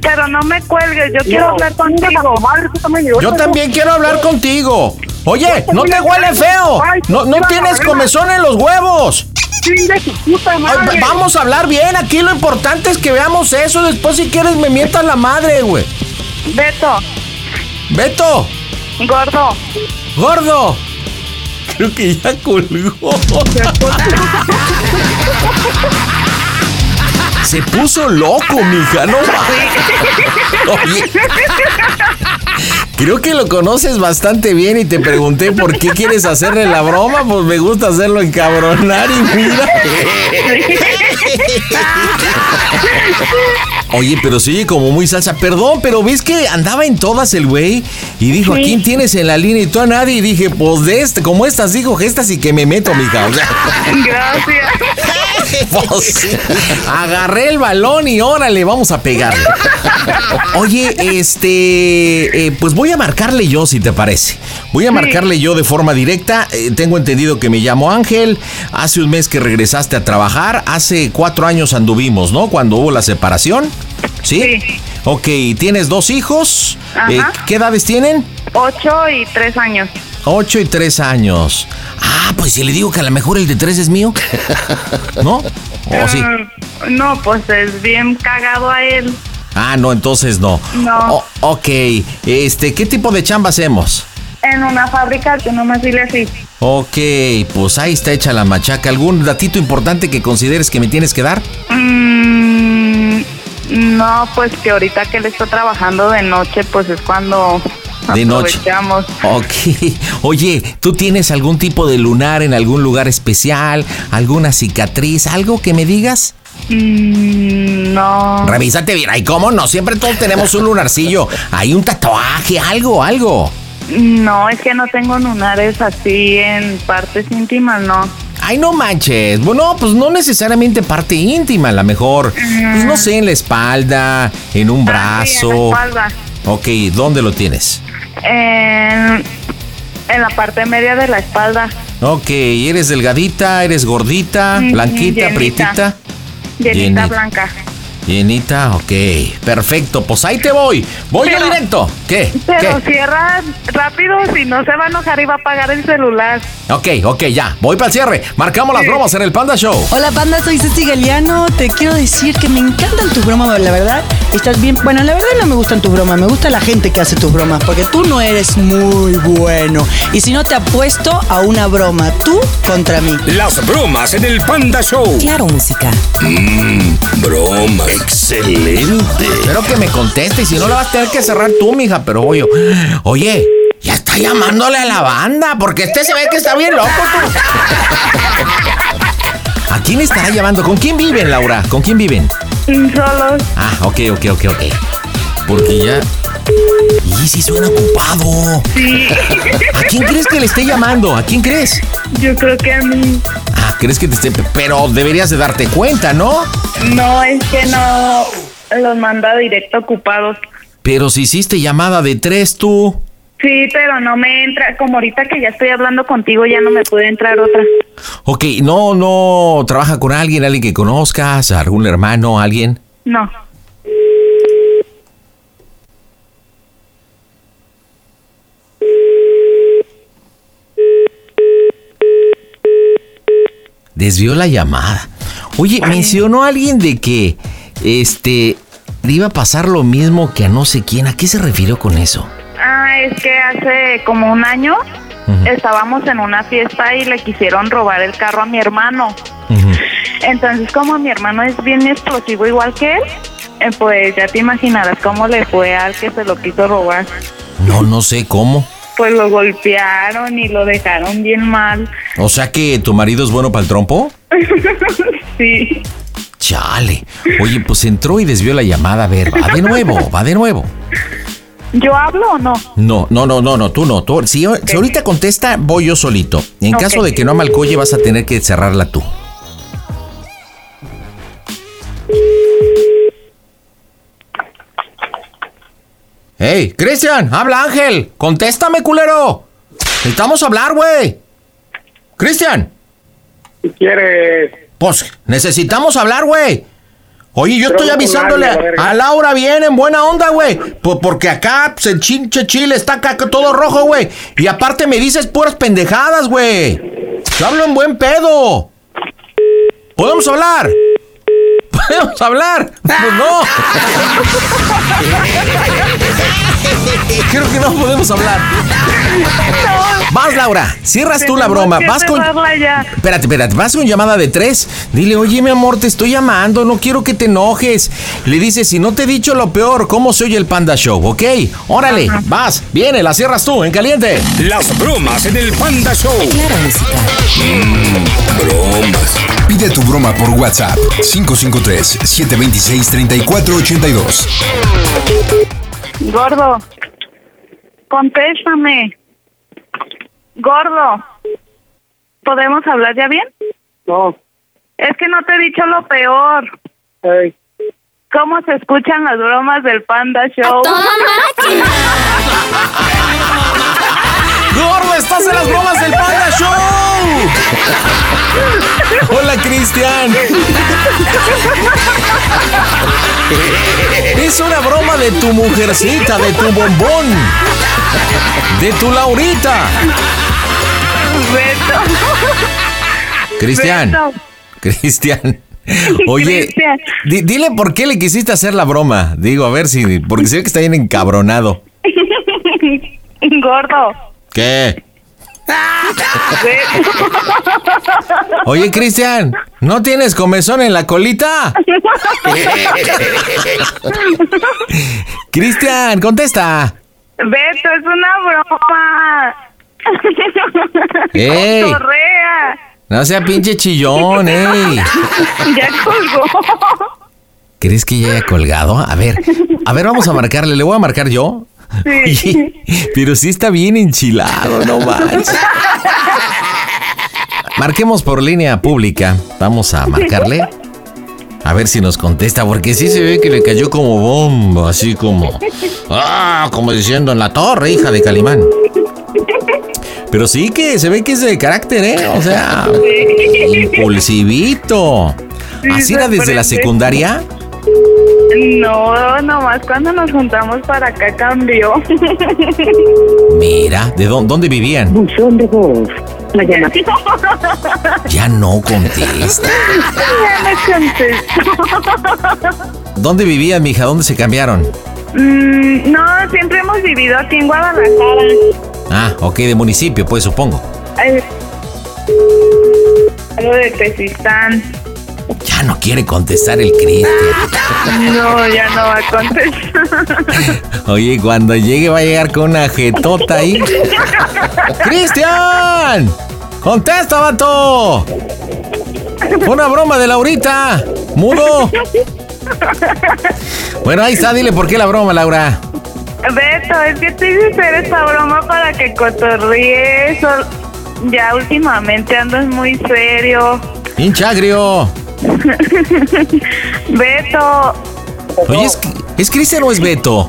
S22: Pero no me cuelgues, yo quiero hablar
S7: contigo.
S2: Yo también quiero hablar contigo. Oye, no te huele feo. No, no tienes comezón en los huevos. Ay, va- vamos a hablar bien. Aquí lo importante es que veamos eso. Después, si quieres, me mientas la madre, güey.
S22: Beto.
S2: Beto.
S22: Gordo.
S2: Gordo. Creo que ya colgó. Se puso loco, mija. No ma- Oye, Creo que lo conoces bastante bien y te pregunté por qué quieres hacerle la broma. Pues me gusta hacerlo encabronar y mira. Oye, pero se oye como muy salsa. Perdón, pero ves que andaba en todas el güey y dijo, ¿a quién tienes en la línea? Y tú a nadie. Y dije, pues de este, como estas, dijo gestas y que me meto, mija. O sea,
S22: Gracias.
S2: pues, agarré el balón y órale, vamos a pegar. Oye, este, eh, pues voy a marcarle yo, si te parece. Voy a marcarle yo de forma directa. Eh, tengo entendido que me llamo Ángel. Hace un mes que regresaste a trabajar. Hace cuatro años anduvimos, ¿no? Cuando hubo la separación. ¿Sí? Ok, tienes dos hijos.
S22: Ajá.
S2: Eh, ¿Qué edades tienen?
S22: Ocho y tres años.
S2: Ocho y tres años. Ah, pues si le digo que a lo mejor el de tres es mío. ¿No? ¿O Oh, sí?
S22: Mm, No, pues es bien cagado a él.
S2: Ah, no, entonces no.
S22: No.
S2: O- ok, este, ¿qué tipo de chamba hacemos?
S22: En una fábrica, tú nomás dile así.
S2: Ok, pues ahí está hecha la machaca. ¿Algún datito importante que consideres que me tienes que dar?
S22: Mm, no, pues que ahorita que él está trabajando de noche, pues es cuando
S2: De noche.
S22: aprovechamos.
S2: Ok. Oye, ¿tú tienes algún tipo de lunar en algún lugar especial? ¿Alguna cicatriz? ¿Algo que me digas?
S22: Mm, no.
S2: Revísate bien. Ay, ¿cómo no? Siempre todos tenemos un lunarcillo. Hay un tatuaje, algo, algo.
S22: No, es que no tengo lunares así en partes íntimas, no.
S2: Ay, no manches. Bueno, pues no necesariamente parte íntima, a lo mejor. Pues no sé, en la espalda, en un
S22: Ah, Sí, en la
S2: brazo.
S22: espalda.
S2: ok, ¿dónde lo tienes?
S22: En, en la parte media de la espalda.
S2: Ok, ¿eres delgadita, eres gordita,
S22: Mm,
S2: blanquita,
S22: llenita.
S2: prietita?
S22: Llenita
S2: Llenita.
S22: blanca.
S2: Llenita, ok. Perfecto, pues ahí te voy. Voy yo directo. ¿Qué?
S22: Pero cierra rápido, si no se va a enojar y va a apagar el celular.
S2: ¿Qué? Ok, ok, ya. Voy para el cierre. Marcamos las bromas en el Panda Show.
S24: Hola panda, soy Ceci Galeano. Te quiero decir que me encantan tus bromas, la verdad. Estás bien. Bueno, la verdad no me gustan tus bromas, me gusta la gente que hace tus bromas, porque tú no eres muy bueno. Y si no te apuesto a una broma, tú contra mí.
S5: Las bromas en el Panda Show.
S24: Claro, música.
S5: Mmm, broma. Excelente.
S2: Espero que me conteste y si no la vas a tener que cerrar tú, mija, pero oye, oye, ya está llamándole a la banda, porque este se ve que está bien loco tú. ¿A quién estará llamando? ¿Con quién viven, Laura? ¿Con quién viven?
S22: Solos.
S2: Ah, ok, ok, ok, ok. Porque ya. Y si suena ocupado. ¿A quién crees que le esté llamando? ¿A quién crees?
S22: Yo creo que a mí.
S2: Ah, crees que te esté. Pero deberías de darte cuenta, ¿no?
S22: No, es que no los manda directo ocupados.
S2: Pero si hiciste llamada de tres tú.
S22: Sí, pero no me entra, como ahorita que ya estoy hablando contigo, ya no me puede entrar otra.
S2: Ok, no, no, trabaja con alguien, alguien que conozcas, algún hermano, alguien.
S22: No.
S2: Desvió la llamada. Oye, mencionó alguien de que, este, le iba a pasar lo mismo que a no sé quién. ¿A qué se refirió con eso?
S22: Ah, es que hace como un año estábamos en una fiesta y le quisieron robar el carro a mi hermano. Entonces, como mi hermano es bien explosivo igual que él, eh, pues ya te imaginarás cómo le fue al que se lo quiso robar.
S2: No, no sé cómo.
S22: Pues lo golpearon y lo dejaron bien mal.
S2: O sea que tu marido es bueno para el trompo.
S22: sí.
S2: Chale. Oye, pues entró y desvió la llamada. A ver, va de nuevo, va de nuevo.
S22: ¿Yo hablo o no?
S2: No, no, no, no, no, tú no. Tú, si, si ahorita contesta, voy yo solito. En caso
S22: Ok.
S2: de que no me alcoye, vas a tener que cerrarla tú. ¡Hey, Cristian! ¡Habla Ángel! ¡Contéstame, culero! ¡Necesitamos hablar, güey! ¡Cristian!
S23: Si quieres.
S2: Pues, necesitamos hablar, güey. Oye, yo
S23: Pero
S2: estoy
S23: no con
S2: avisándole
S23: nadie, la verga.
S2: a, a Laura bien, en buena onda, güey. Por- porque acá pues, el chinche chile está acá todo rojo, güey. Y aparte me dices puras pendejadas, güey. Yo hablo en buen pedo. ¿Podemos hablar? ¿Podemos hablar? Pues no. Creo que no podemos hablar. Vas, Laura. Cierras tú la
S22: Tenemos
S2: broma.
S22: que
S2: Vas con...
S22: cerrarla ya.
S2: Espérate, espérate, vas con llamada de tres. Dile, oye, mi amor, te estoy llamando, no quiero que te enojes. Le dices, si no te he dicho lo peor, ¿cómo soy el Panda Show? ¿Ok? Órale, vas, viene, la cierras tú, en caliente.
S5: Las bromas en el Panda Show.
S1: Bromas. Pide tu Mm, broma por WhatsApp 553-726-3482.
S22: Gordo, contéstame. Gordo, ¿podemos hablar ya bien?
S23: No.
S22: Es que no te he dicho lo peor.
S23: Ey.
S22: ¿Cómo se escuchan las bromas del Panda Show?
S2: ¡Gordo, estás en las bromas del Panda Show! Hola, Cristian. Es una broma de tu mujercita, de tu bombón, de tu Laurita. Cristian.
S22: Beto.
S2: Cristian. Oye,
S22: Cristian.
S2: di- dile por qué le quisiste hacer la broma. Digo, a ver si. Porque se ve que está bien encabronado.
S22: Gordo.
S2: ¿Qué?
S22: Beto.
S2: Oye, Cristian, ¿no tienes comezón en la colita? Cristian, contesta.
S22: Beto, es una broma.
S2: Ey.
S22: Correa.
S2: No sea pinche chillón, ey.
S22: Ya colgó.
S2: ¿Crees que ya haya colgado? A ver, a ver, vamos a marcarle. ¿Le voy a marcar yo? Oye, pero sí está bien enchilado, no manches. Marquemos por línea pública. Vamos a marcarle. A ver si nos contesta, porque sí se ve que le cayó como bomba, así como. ¡Ah! Como diciendo en la torre, hija de Calimán. Pero sí que se ve que es de carácter, ¿eh? O sea, impulsivito.
S22: Sí,
S2: ¿Así era desde
S22: sorprendente.
S2: la secundaria?
S22: No, nomás cuando nos juntamos para acá cambió.
S2: Mira, ¿de dó- dónde vivían?
S9: Buzón de voz. La llamada.
S2: Ya no contesta.
S22: Ya me contestó.
S2: ¿Dónde vivían, mija? ¿Dónde se cambiaron?
S22: Mm, no, siempre hemos vivido aquí en Guadalajara.
S2: Ah, ok, de municipio, pues supongo.
S22: Eh, Algo de Pesistán.
S2: Ya no quiere contestar el Cristian.
S22: No, ya no va a contestar.
S2: Oye, cuando llegue va a llegar con una jetota Tota ahí. ¡Cristian! ¡Contesta, vato! Fue una broma de Laurita. ¡Mudo! Bueno, ahí está, dile por qué la broma, Laura.
S22: Beto, es que te hice hacer esta broma para que cotorríes. o- Ya últimamente andas muy serio.
S2: ¡Hinchagrio!
S22: Beto,
S2: Oye, ¿es, ¿es Cristian o es Beto?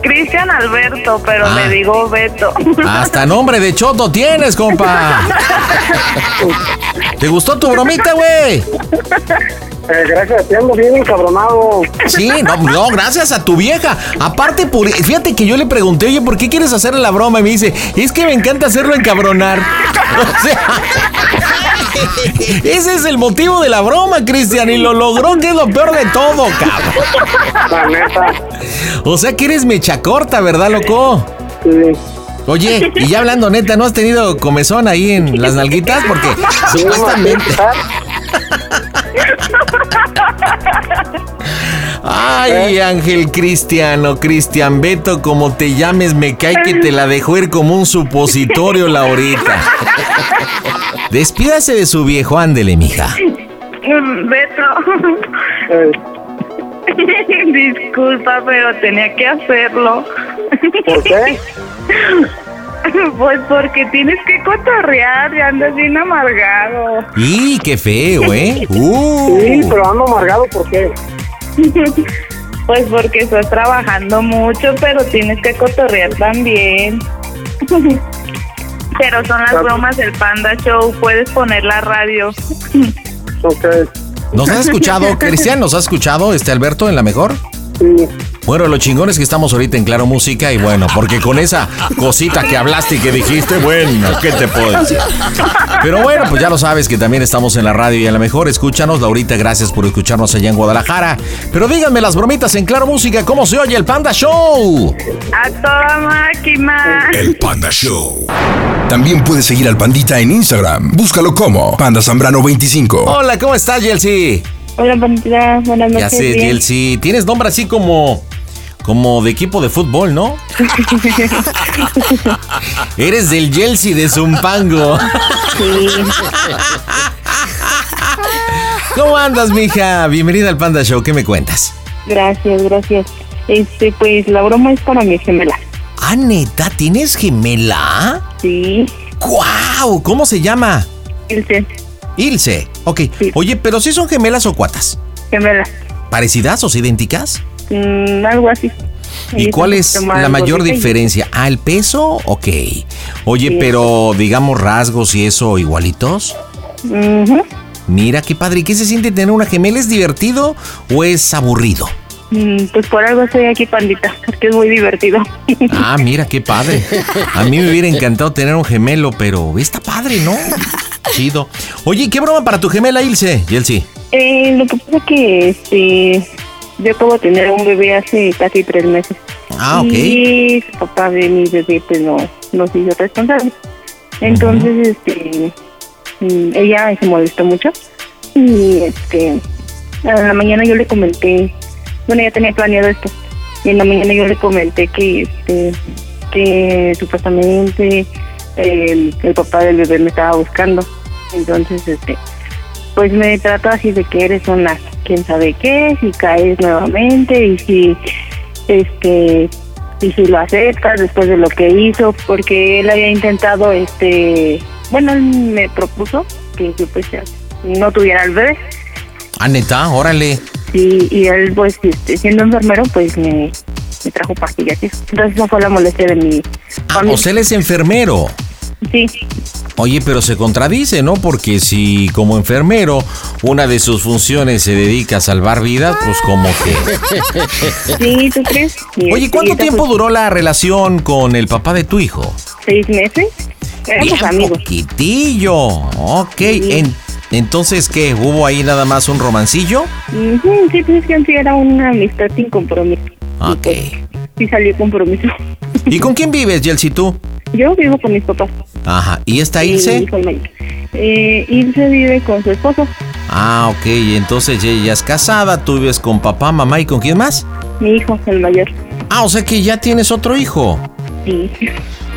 S22: Cristian Alberto, pero
S2: Ah.
S22: le digo Beto.
S2: Hasta nombre de Choto tienes, compa. ¿Te gustó tu bromita, güey?
S23: Eh, gracias, te ando bien encabronado.
S2: Sí, no, no, gracias a tu vieja. Aparte, por, fíjate que yo le pregunté, oye, ¿por qué quieres hacerle la broma? Y me dice, es que me encanta hacerlo encabronar. O sea, ese es el motivo de la broma, Cristian, y lo logró, que es lo peor de todo, cabrón.
S23: La neta.
S2: O sea que eres mecha corta, ¿verdad, loco? Oye, y ya hablando neta, ¿no has tenido comezón ahí en las nalguitas? Porque supuestamente... Ay,
S23: ¿Eh?
S2: Ángel Cristiano, Cristian Beto, como te llames, me cae que te la dejó ir como un supositorio, Laurita. Despídase de su viejo, ándele, mija.
S22: Mm, Beto. Disculpa, pero tenía que hacerlo.
S23: ¿Por qué?
S22: Pues porque tienes que cotorrear, ya andas bien amargado.
S2: Y qué feo, ¿eh?
S23: Sí,
S2: Uh.
S23: pero ando amargado, ¿por qué?
S22: Pues porque estás trabajando mucho, pero tienes que cotorrear también. Pero son las bromas del Panda Show, puedes poner la radio.
S2: ¿Nos has escuchado, Cristian? ¿Nos has escuchado, este Alberto, en la mejor? Bueno, lo chingón es que estamos ahorita en Claro Música y bueno, porque con esa cosita que hablaste y que dijiste, bueno, ¿qué te puedo decir? Pero bueno, pues ya lo sabes que también estamos en la radio y a lo mejor escúchanos. Laurita, gracias por escucharnos allá en Guadalajara. Pero díganme las bromitas en Claro Música, ¿cómo se oye el Panda Show?
S22: A toda máquina.
S1: Panda Show. También puedes seguir al Pandita en Instagram. Búscalo como Panda Zambrano 25.
S2: Hola, ¿cómo estás, Yelsi?
S8: Hola, bandita. Buenas
S2: Ya
S8: noches.
S2: sé,
S8: bien.
S2: Yelsi, tienes nombre así como, como de equipo de fútbol, ¿no? Eres del Yelsi de Zumpango.
S8: Sí.
S2: ¿Cómo andas, mija? Bienvenida al Panda Show, ¿qué me cuentas?
S8: Gracias, gracias. Este, pues la broma es para mi gemela.
S2: Ah, neta, ¿tienes gemela?
S8: Sí.
S2: ¡Guau! ¿Cómo se llama?
S8: Ilse.
S2: Ilse. Ok. Oye, pero si son gemelas o cuatas.
S8: Gemela.
S2: ¿Parecidas o idénticas?
S8: Mm, algo así.
S2: ¿Y
S8: Ella
S2: cuál
S8: un
S2: es
S8: poquito más
S2: la mayor
S8: gordita y-
S2: diferencia? Ah, el peso, ok. Oye,
S8: Sí.
S2: pero digamos rasgos y eso igualitos.
S8: Ujú.
S2: Mira qué padre. ¿Y qué se siente tener una gemela? ¿Es divertido o es aburrido?
S8: Mm, pues por algo estoy aquí, pandita, porque es muy divertido.
S2: Ah, mira qué padre. A mí me hubiera encantado tener un gemelo, pero está padre, ¿no? Chido. Oye, ¿y ¿qué broma para tu gemela, Ilse? Yelsi.
S8: Eh, lo que pasa es que este, yo acabo de tener un bebé hace casi tres meses.
S2: Ah, ok.
S8: Y su papá de mi bebé pues no nos hizo responsables. Entonces, este, mm, ella se molestó mucho y este, en la mañana yo le comenté, bueno, ya tenía planeado esto. Y en la mañana yo le comenté que, este, que supuestamente el, el papá del bebé me estaba buscando. Entonces, este, pues me trató así de que eres una quién sabe qué, si caes nuevamente y si este y si lo aceptas después de lo que hizo, porque él había intentado este, bueno, él me propuso que yo pues ya no tuviera el bebé
S2: Ah, neta, órale.
S8: y, y él pues este, siendo enfermero pues me, me trajo pastillas. y eso. Entonces esa fue la molestia de mi
S2: Ah, o sea, él es enfermero.
S8: sí,
S2: Oye, pero se contradice, ¿no? Porque si como enfermero una de sus funciones se dedica a salvar vidas, pues como que...
S8: sí, ¿tú crees? Y,
S2: Oye,
S8: este,
S2: ¿cuánto
S8: esa
S2: tiempo
S8: fue-
S2: duró la relación con el papá de tu hijo?
S8: Seis meses. Éramos amigos.
S2: Quitillo. Ok. en- entonces, ¿qué? ¿Hubo ahí nada más un romancillo?
S8: Ujú, Sí, pues es que en sí era una amistad sin compromiso.
S2: Ok.
S8: Sí salió compromiso.
S2: ¿Y con quién vives, Yelsi, tú?
S8: Yo vivo con mis papás.
S2: Ajá. ¿Y esta
S8: y mi
S2: Ilse?
S8: hijo mayor. Eh, Ilse vive con su esposo,
S2: Ah, ok. Entonces ella es casada, tú vives con papá, mamá y con quién más?
S8: mi hijo, el mayor.
S2: Ah, o sea que ya tienes otro hijo.
S8: Sí.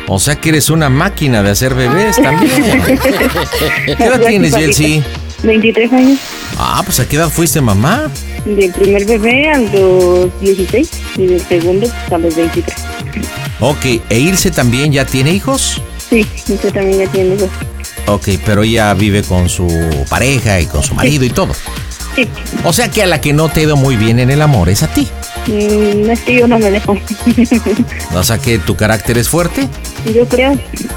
S2: O sea que eres una máquina de hacer bebés también. ¿Qué edad tienes, Yelsi?
S8: 23 años.
S2: Ah, pues a qué edad fuiste mamá.
S8: Del primer bebé a los 16 y del segundo pues, a los 23.
S2: Ok, e Ilse también ya tiene hijos.
S8: Sí, Ilse también ya tiene dos.
S2: Ok, pero ella vive con su pareja y con su marido y todo.
S8: Sí,
S2: O sea que a la que no te ha ido muy bien en el amor es a ti.
S8: Mm, es que yo no me dejo.
S2: O sea que tu carácter es fuerte.
S8: yo creo.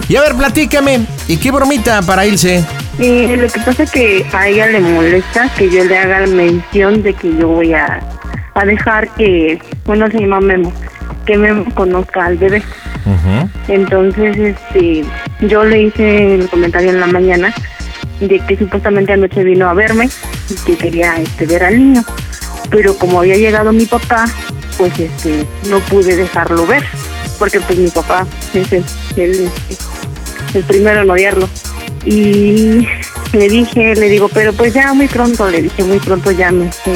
S2: Y a ver, platícame. ¿Y qué bromita para irse?
S8: Eh, lo que pasa es que a ella le molesta que yo le haga mención de que yo voy a, a dejar que, bueno, se llama Memo, que Memo conozca al bebé. Entonces, este, yo le hice el comentario en la mañana de que supuestamente anoche vino a verme y que quería este, ver al niño. Pero como había llegado mi papá, pues este, no pude dejarlo ver, porque pues mi papá es el, el- el primero en odiarlo. Y le dije, le digo, pero pues ya muy pronto, le dije, muy pronto ya me, este,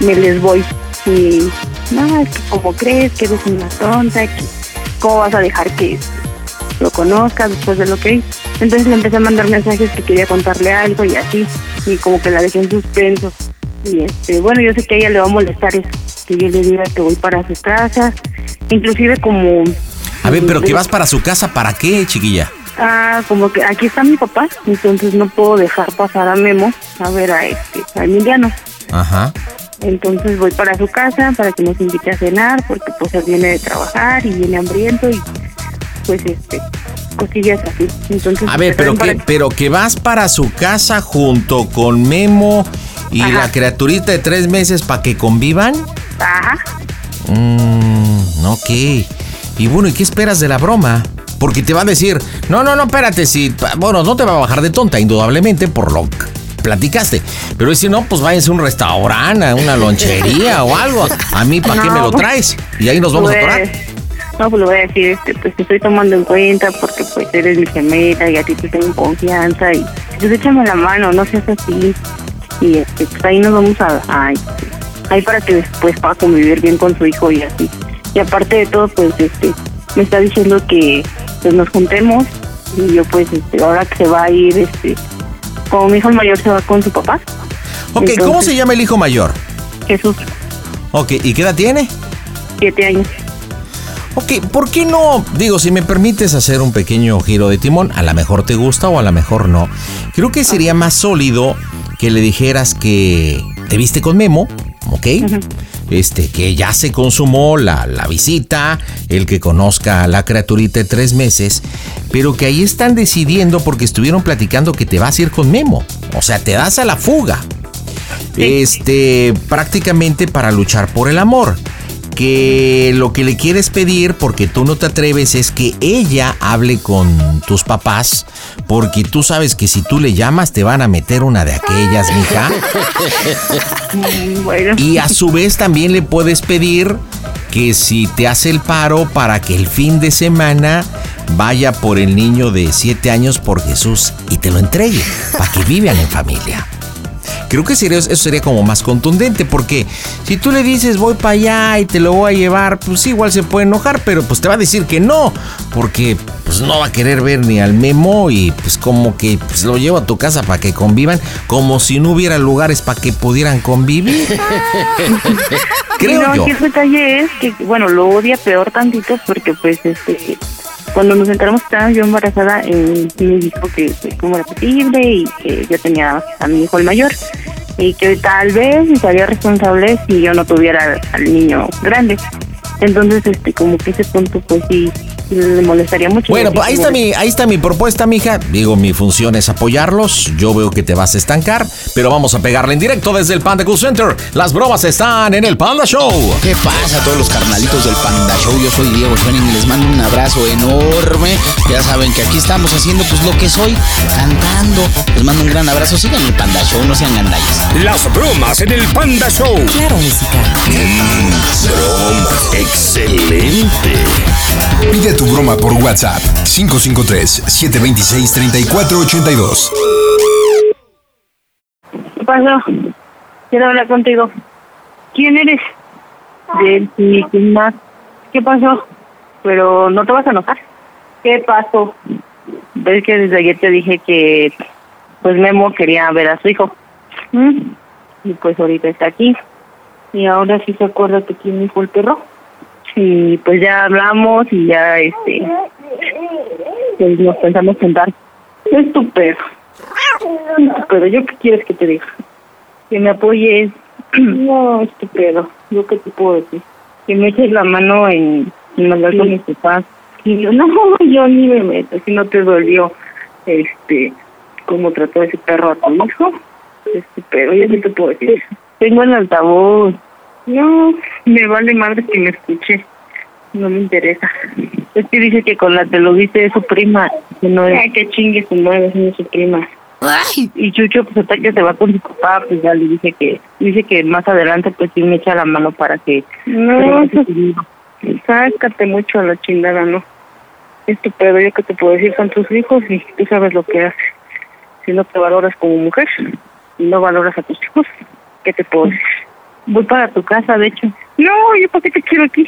S8: me les voy. Y no, es que como crees que eres una tonta, que cómo vas a dejar que lo conozca después de lo que hizo. Entonces le empecé a mandar mensajes que quería contarle algo y así, y como que la dejé en suspenso. Y este, bueno, yo sé que a ella le va a molestar eso, que yo le diga que voy para su casa, inclusive como,
S2: A ver, pero que vas para su casa, ¿para qué, chiquilla?
S8: ah, como que aquí está mi papá, entonces no puedo dejar pasar a Memo a ver a este, a Emiliano.
S2: Ajá.
S8: Entonces voy para su casa para que nos invite a cenar, porque pues él viene de trabajar y viene hambriento y pues este, cosillas así. Entonces,
S2: A ver, pero
S8: para-
S2: que, pero que vas para su casa junto con Memo y la criaturita de tres meses para que convivan.
S8: Ajá.
S2: Mm, ok. Y bueno, ¿y qué esperas de la broma? Porque te va a decir, no, no, no, espérate, si, pa- bueno, no te va a bajar de tonta, indudablemente, por lo que platicaste. Pero si no, pues váyanse a un restaurante, a una lonchería o algo. A mí, ¿para qué me lo
S8: No.
S2: traes? Y ahí nos vamos a
S8: Pues,
S2: atorar.
S8: No, pues lo voy a decir, este, pues te estoy tomando en cuenta porque pues eres mi gemela y a ti te tengo confianza y pues échame la mano, no seas así. Y este, pues ahí nos vamos a, a- ahí para que después pueda convivir bien con su hijo y así. Y aparte de todo, pues este, me está diciendo que pues nos juntemos y yo pues este, ahora que se va a ir, este, como mi hijo mayor se va con su papá.
S2: Ok, ¿cómo se llama el hijo mayor?
S8: Jesús,
S2: Ok, ¿y qué edad tiene?
S8: siete años.
S2: Ok, ¿por qué no? Digo, si me permites hacer un pequeño giro de timón, a lo mejor te gusta o a lo mejor no. Creo que sería más sólido que le dijeras que te viste con Memo, ¿ok? Este, que ya se consumó la, la visita, el que conozca a la criaturita de tres meses, pero que ahí están decidiendo porque estuvieron platicando que te vas a ir con Memo. O sea, te das a la fuga este prácticamente para luchar por el amor que lo que le quieres pedir porque tú no te atreves es que ella hable con tus papás porque tú sabes que si tú le llamas te van a meter una de aquellas mija y a su vez también le puedes pedir que si te hace el paro para que el fin de semana vaya por el niño de 7 años por Jesús y te lo entregue para que vivan en familia creo que sería, eso sería como más contundente, porque si tú le dices voy para allá y te lo voy a llevar, pues igual se puede enojar, pero pues te va a decir que no, porque pues no va a querer ver ni al memo y pues como que pues, lo llevo a tu casa para que convivan, como si no hubiera lugares para que pudieran convivir. creo
S8: no,
S2: yo.
S8: aquí el detalle es que, bueno, lo odia peor tantito porque, pues, este, cuando nos enteramos que estaba yo embarazada, eh, me dijo que, pues, cómo era posible y que yo tenía a mi hijo el mayor y que tal vez me sería responsable si yo no tuviera al, al niño grande. Entonces, este, como que ese punto, pues, sí, le molestaría mucho.
S2: Bueno,
S8: Así
S2: pues ahí
S8: como-
S2: está mi, ahí está mi propuesta, mija. Digo, mi función es apoyarlos. Yo veo que te vas a estancar, pero vamos a pegarle en directo desde el Panda Cool Center. Las bromas están en el Panda Show.
S3: ¿Qué pasa a todos los carnalitos del Panda Show? Yo soy Diego Schoening y les mando un abrazo enorme. Ya saben que aquí estamos haciendo pues lo que soy, cantando. Les mando un gran abrazo. Sigan el Panda Show, no sean gandallas.
S5: Las bromas en el Panda Show. Claro, música. bromas. Excelente.
S1: Pide tu broma por WhatsApp 553-726-3482.
S8: ¿Qué pasó? Pues Quiero hablar contigo. ¿Quién eres? Del Mickey Mouse. ¿Qué pasó? Pero no te vas a enojar. ¿Qué pasó? Ves que desde ayer te dije que pues Memo quería ver a su hijo. ¿Mm? Y pues ahorita está aquí. Y ahora sí se acuerda que quién dijo el perro. Y pues ya hablamos y ya este pues nos pensamos sentar. Es tu perro. Pero yo qué quieres que te diga? Que me apoyes. No, estupendo. Yo qué te puedo decir. que me eches la mano en, en hablar con mis papás. Y yo, no, yo ni me meto, si no te dolió, este, cómo trató ese perro a tu hijo. Este, pero yo qué te puedo decir. Tengo el altavoz. No, me vale madre que me escuche. No me interesa. Es que dice que con la te lo viste de su prima. Que no es. Ay, que chingue su madre, no es su prima. Y Chucho, pues hasta que se va con su papá, pues ya le dije que, dice que más adelante pues sí me echa la mano para que... No, sácate mucho a la chingada, ¿no? Es tu pedo, yo que te puedo decir, son tus hijos y tú sabes lo que haces. Si no te valoras como mujer, no valoras a tus hijos, ¿qué te puedo decir? Voy para tu casa, de hecho. No, yo para qué te quiero aquí.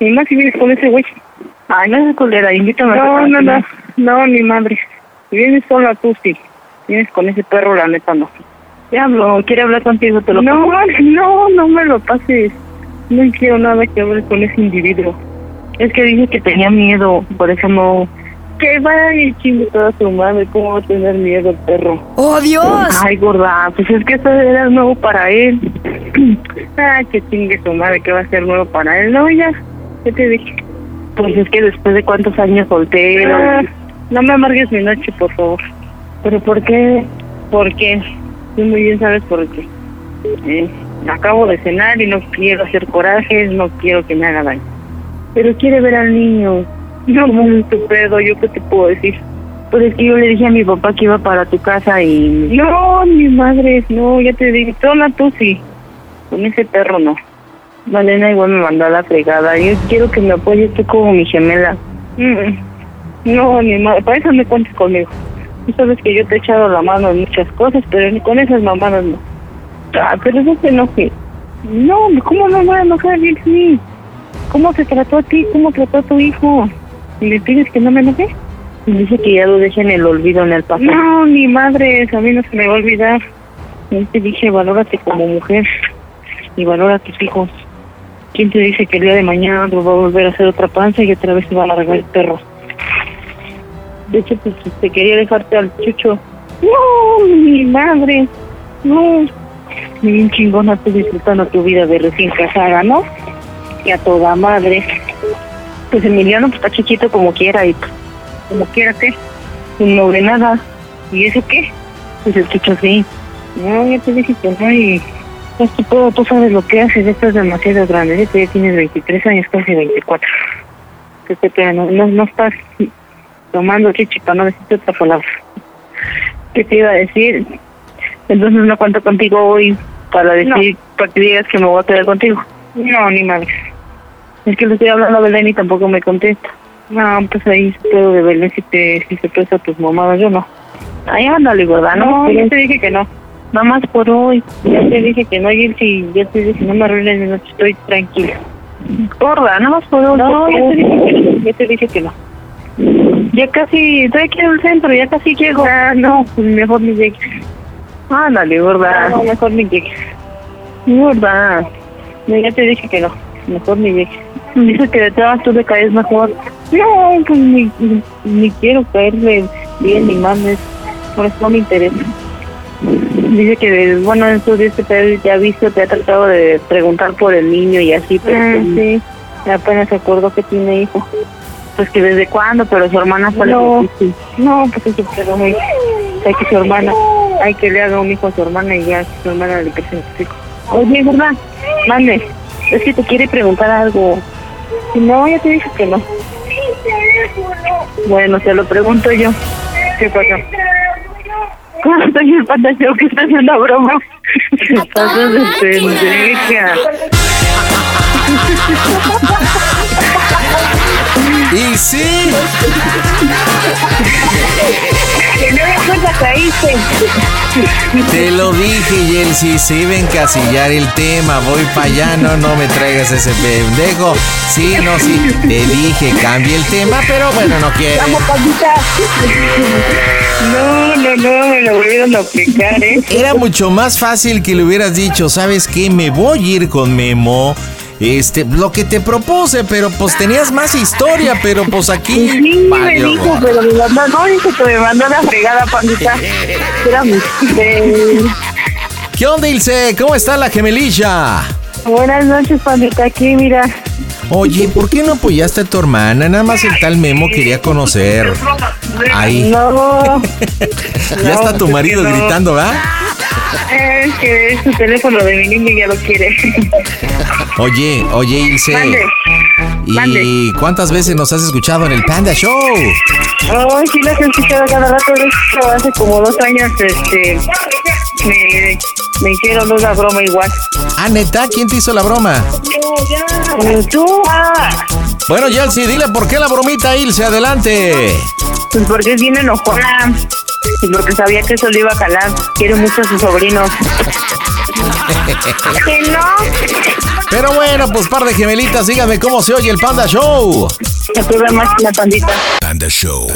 S8: Ni más si vienes con ese güey. Ay, no es culera, invítame
S7: a
S8: No,
S7: tu
S8: no, no,
S7: casa.
S8: no, ni madre. Si vienes sola tú, sí. Vienes con ese perro, la neta, no. Te hablo, quiere hablar contigo, te
S7: lo
S8: No,
S7: paso.
S8: no, no me lo pases. No quiero nada que hable con ese individuo. Es que dije que tenía miedo, por eso no... Que vaya y chingue toda su madre, ¿cómo va a tener miedo el perro?
S25: ¡Oh, Dios!
S8: Ay, gorda, pues es que esto era nuevo para él. Ay, Ah, que chingue su madre, que va a ser nuevo para él. No, ya, ¿qué te dije? Pues es que después de cuántos años soltero... no me amargues mi noche, por favor. ¿Pero por qué? ¿Por qué? Tú muy bien sabes por qué. Eh, acabo de cenar y no quiero hacer corajes, no quiero que me haga daño. Pero quiere ver al niño. No, muy tu pedo, yo qué te puedo decir. Pues es que yo le dije a mi papá que iba para tu casa y... No, mi madre, no, ya te dije, toma tú sí. Con ese perro no. Malena igual me mandó a la fregada. Yo quiero que me apoyes tú como mi gemela. Mm, No, mi madre, para eso no cuentes conmigo. Tú sabes que yo te he echado la mano en muchas cosas, pero ni con esas mamadas no. Ah, pero eso te enoje. No, ¿cómo no me voy a enojar, Virginie? ¿Cómo se trató a ti? ¿Cómo trató a tu hijo? ¿Y le pides que no me enoje? Dice que ya lo deje en el olvido, en el pasado. No, mi madre, a mí no se me va a olvidar. Yo te dije, valórate como mujer y valora a tus hijos. ¿Quién te dice que el día de mañana va a volver a hacer otra panza y otra vez se va a largar el perro? De hecho, pues te quería dejarte al chucho. No, mi madre. No. Bien chingona, tú disfrutando tu vida de recién casada, ¿no? Y a toda madre. Pues Emiliano pues, está chiquito como quiera y pues, como quiera que. pues, No ve nada. ¿Y eso qué? Pues el chucho sí. No, ya te dije que no y... Pues tú, puedo, tú sabes lo que haces, esto es demasiado grande, ¿eh? Tú ya tienes 23 años, casi 24. Que te queda, no, no, no estás tomando chichi para no decirte otra palabra. ¿Qué te iba a decir? Entonces no cuento contigo hoy para decir, para que digas que me voy a quedar contigo. No, ni madre. Es que le estoy hablando a Belén y tampoco me contesta. No, pues ahí espero de Belén si, te, si se presta tus mamadas, yo no. Ay, ándale, ¿verdad? Ah, No,
S7: No,
S8: yo
S7: ya
S8: te dije que no. Nada más por hoy. Ya te dije que no, y si ya te dije, no me arruines de noche, estoy tranquila. Gorda, nada más por hoy. No,
S7: por
S8: ya
S7: favor.
S8: te dije que no. Ya te dije que no. Ya casi, estoy aquí en el centro, ya casi llego. Ah, no, pues mejor ni llegues. Ándale, gorda. No, mejor ni llegues. Gorda. No, ya te dije que no, mejor ni llegues. Dice que de todas tú le caes mejor. No, pues ni, ni, ni quiero caerle bien ni mal, es- por eso no me interesa. Dice que, bueno, en estos días que te ya ha visto, te ha tratado de preguntar por el niño y así, pero
S7: Ah,
S8: sí. apenas se acordó que tiene hijo. Pues que desde cuándo, pero su hermana fue
S7: No,
S8: No, pues es que no, güey. Hay que su hermana, hay que le haga un hijo a su hermana y ya que su hermana le presente su hijo. Oye, ¿verdad? Mande, es que te quiere preguntar algo. No, ya te dije que no. Bueno, se lo pregunto yo. ¿Qué pasó? ¿Cómo estoy el pantalleo que está haciendo broma?
S7: Ah,
S8: Entonces, este, "Ah". deja.
S2: Y sí.
S7: Que no me cuenta caíste.
S2: Te lo dije, Yelsi, se iba a encasillar el tema, voy para allá, no, no me traigas ese pendejo. Sí, no, sí, te dije, cambie el tema, pero bueno, no quiere.
S8: No, no, no, me lo volvieron a aplicar, ¿eh?
S2: Era mucho más fácil que le hubieras dicho, ¿sabes qué? Me voy a ir con Memo. Este, lo que te propuse, pero pues tenías más historia, pero pues aquí.
S8: Sí, me
S2: valió
S8: dijo,
S2: gorro.
S8: pero mi mamá no dijo que me mandó la fregada, pandita. Era mi... eh,
S2: ¿Qué onda, Ilse? ¿Cómo está la gemelilla?
S8: Buenas noches, pandita. Aquí, mira.
S2: Oye, ¿por qué no apoyaste a tu hermana? Nada más el tal Memo quería conocer. Ahí.
S8: No.
S2: Ya está tu marido
S8: no.
S2: gritando, ¿verdad?
S8: Es que es su teléfono de mi niño y ya lo quiere.
S2: Oye, oye, Ilse.
S8: Mande.
S2: ¿Y cuántas veces nos has escuchado en el Panda Show?
S8: Oh, sí, las he escuchado cada rato. de hecho, hace como dos años, este. Me, me hicieron una broma igual.
S2: Ah, neta, ¿quién te hizo la broma?
S8: Pues ¿Tú? ah.
S2: Bueno, Yelsi, dile por qué la bromita, Ilse, adelante.
S8: Pues porque es bien enojona. Y porque sabía que eso le iba a calar. Quiero mucho a su sobrino.
S26: Que no.
S2: Pero bueno, pues par de gemelitas, díganme cómo se oye el Panda Show.
S8: más la pandita.
S2: Panda Show.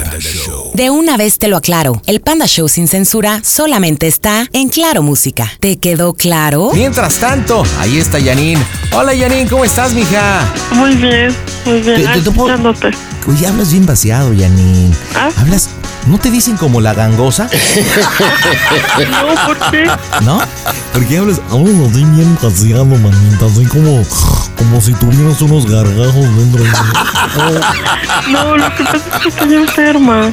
S27: De una vez te lo aclaro, el Panda Show sin censura solamente está en Claro Música. ¿Te quedó claro?
S2: Mientras tanto, ahí está Janine. Hola Janine, ¿cómo estás, mija?
S28: Muy bien, muy bien.
S2: Te- te- te puedo-
S28: Escuchándote. ¿Ah?
S2: Oye, hablas bien vaciado, Janine. Hablas. ¿No te dicen como la gangosa?
S28: No, ¿por qué?
S2: ¿No?
S12: Porque hablas, hablas así bien vaciado, manita, así como, como si tuvieras unos gargajos dentro de
S28: No, lo que pasa es que estoy enferma.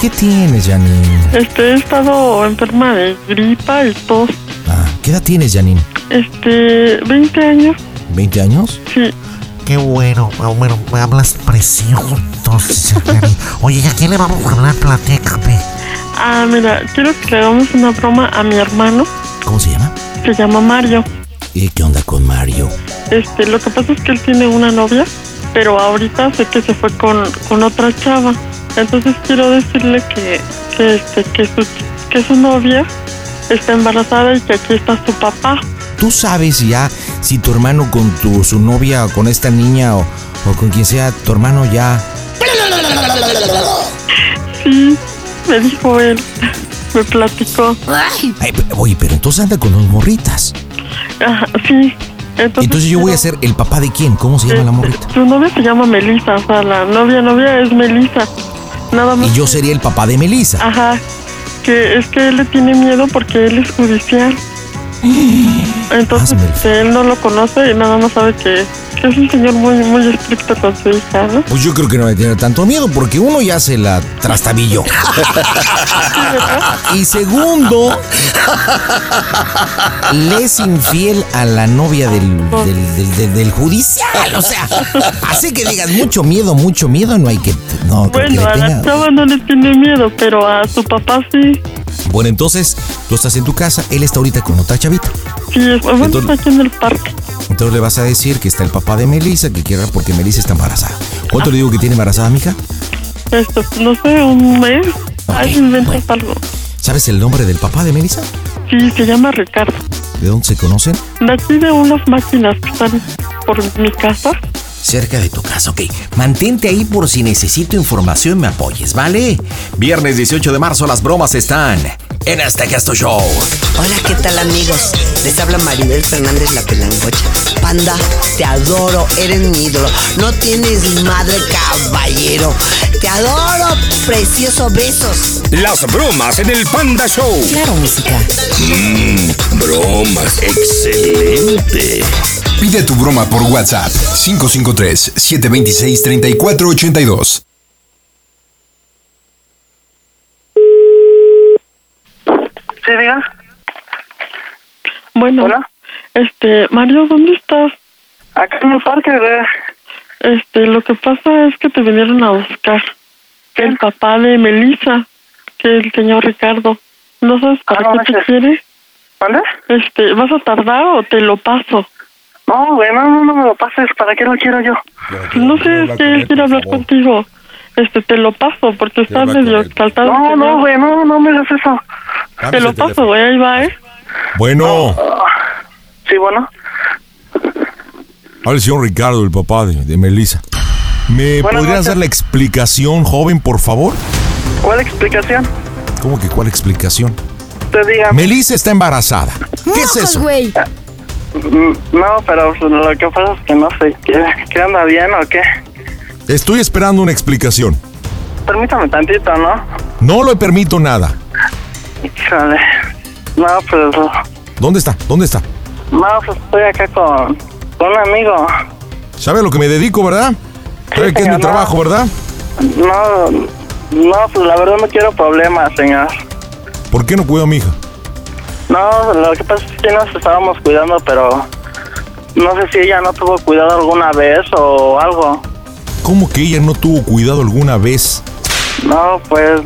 S2: ¿Qué tienes, Janine?
S28: Este, he estado enferma de gripa y tos.
S2: Ah, ¿Qué edad tienes, Janine?
S28: Este, 20 años.
S2: ¿20 años?
S28: Sí.
S29: Qué bueno, bueno, me hablas precioso. Janine. Oye, ¿y a quién le vamos a hablar? Platícame.
S28: Ah, mira, quiero que le hagamos una broma a mi hermano.
S2: ¿Cómo se llama?
S28: Se llama Mario.
S2: ¿Y qué onda con Mario?
S28: Este, lo que pasa es que él tiene una novia, pero ahorita sé que se fue con, con otra chava. Entonces quiero decirle que, que, este, que, su, que su novia está embarazada y que aquí está su papá.
S2: ¿Tú sabes ya si tu hermano con tu, su novia o con esta niña o, o con quien sea, tu hermano ya...
S28: Sí, me dijo él, me platicó.
S2: Ay, pe- oye, pero entonces anda con dos morritas.
S28: Ajá, Ah, sí. Entonces, Este,
S2: Entonces yo voy a ser el papá de quién? ¿Cómo se llama la morrita?
S28: Su novia se llama Melissa, o sea, la novia, novia es Melissa. Nada más.
S2: Y yo sería el papá de Melissa.
S28: Ajá. Que es que él le tiene miedo porque él es judicial. Entonces este, él no lo conoce y nada más sabe que, que es un señor muy muy estricto con su hija, ¿no?
S2: Pues yo creo que no va a tener tanto miedo porque uno ya se la trastabilló. y segundo, le es infiel a la novia del, del, del- del- del judicial. O sea, así que digas mucho miedo, mucho miedo, no hay que... No, creo que
S28: Bueno,
S2: le
S28: a la
S2: tenga-
S28: chava no le tiene miedo, pero a su papá sí.
S2: Bueno, entonces tú estás en tu casa, él está ahorita con otra chavita.
S28: Sí, es- bueno,
S2: Entonces-
S28: está aquí en el parque.
S2: Entonces le vas a decir que está el papá de Melissa, que quiera porque Melissa está embarazada. ¿Cuánto le digo que tiene embarazada, mija?
S28: Esto, no sé, un mes. Ahí inventas algo.
S2: ¿Sabes el nombre del papá de Melissa?
S28: Sí, se llama Ricardo.
S2: ¿De dónde se conocen?
S28: Me pide unas máquinas que están por mi casa.
S2: Cerca de tu casa, ok. Mantente ahí por si necesito información, me apoyes, ¿vale? Viernes 18 de marzo las bromas están en este Gesto Show.
S19: Hola, ¿qué tal amigos? Les habla Maribel Fernández la Pelangocha. Panda, te adoro, eres mi ídolo. No tienes madre, caballero. Te adoro, precioso, besos.
S5: Las bromas en el Panda Show.
S19: Claro, música.
S5: Mmm, bromas. Excelente.
S4: Pide tu broma por WhatsApp 553-726-3482.
S28: Sí, diga. Bueno. Este, Mario, ¿dónde estás? Acá en el parque, Este, lo que pasa es que te vinieron a buscar. El papá de Melissa, que es el señor Ricardo. Ah, ¿No sabes para qué te quiere? ¿Vale? Este, ¿vas a tardar o te lo paso? No, güey, no, no, me lo pases. ¿Para qué lo quiero yo? No sé, es que él quiere hablar contigo. Este, te lo paso porque está medio exaltado.
S23: No, no,
S28: güey, no, no me hagas eso.
S23: Dame
S28: Te lo
S23: ese
S28: paso, güey, ahí va, ¿eh?
S12: Bueno,
S28: Sí, bueno.
S12: habla el señor Ricardo, el papá de, de Melissa. ¿Me
S23: Buenas
S12: podrías
S23: noches.
S12: dar la explicación, joven, por favor?
S23: ¿Cuál explicación?
S12: ¿Cómo que cuál explicación?
S23: Te diga. Ah,
S12: Melissa está embarazada. ¿Qué es eso?
S23: No, pero pues, lo que pasa es que no sé qué, qué anda bien o qué.
S12: Estoy esperando una explicación.
S23: Permítame tantito, ¿no?
S12: No le permito nada.
S23: Híjole. No, pues.
S12: ¿Dónde está? ¿Dónde está?
S23: No, pues estoy acá con, Un amigo.
S12: ¿Sabe a lo que me dedico, verdad? ¿Sabe qué es mi
S23: señor, no.
S12: trabajo, verdad?
S23: No, no, pues la verdad no quiero problemas, señor.
S12: ¿Por qué no cuido a mi hija?
S23: No, lo que pasa es que nos estábamos cuidando, pero no sé si ella no tuvo cuidado alguna vez o algo.
S12: ¿Cómo que ella no tuvo cuidado alguna vez?
S23: No, pues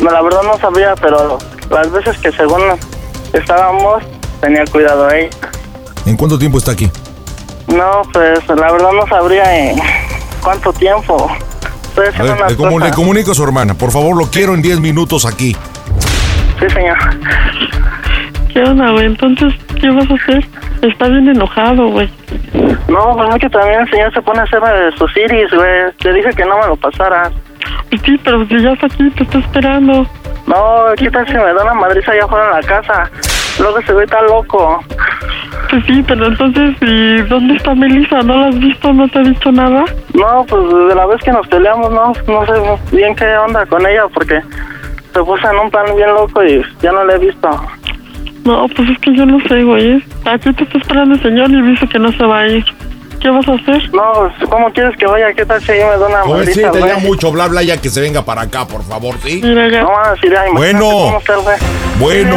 S23: la verdad no sabía, pero las veces que según estábamos tenía cuidado ella.
S12: ¿En cuánto tiempo está aquí?
S23: No, pues la verdad no sabría en cuánto tiempo. Estoy
S12: A
S23: haciendo
S12: ver,
S23: unas
S12: le, comu- le
S23: cosas.
S12: comunico a su hermana. Por favor, lo quiero en 10 minutos aquí.
S23: Sí, señor.
S28: ¿Qué onda, güey? Entonces, ¿qué vas a hacer? Está bien enojado, güey.
S23: No, pues es que también el señor se pone a hacerme de sus iris, güey. Te dije que no me lo pasara.
S28: Pues sí, pero si ya está aquí, te está esperando.
S23: No, ¿qué tal si me da una madriza allá afuera en la casa? Luego se ve tan loco.
S28: Pues sí, pero entonces, ¿y dónde está Melissa? ¿No la has visto? ¿No te ha dicho nada?
S23: No, pues de la vez que nos peleamos, no, no sé bien qué onda con ella porque se puso en un plan bien loco y ya no la he visto.
S28: No, pues es que yo no sé, güey. Aquí te está esperando el señor y dice que no se va a ir. ¿Qué vas a hacer?
S23: No, pues, ¿cómo quieres que vaya? ¿Qué tal si ahí me da una madriza,
S12: Jovencita, ya
S23: güey?
S12: mucho bla bla, ya que se venga para acá, por favor, ¿sí?
S23: No, mames, Iria, imagínate
S12: Bueno.
S23: cómo está el güey.
S12: Bueno,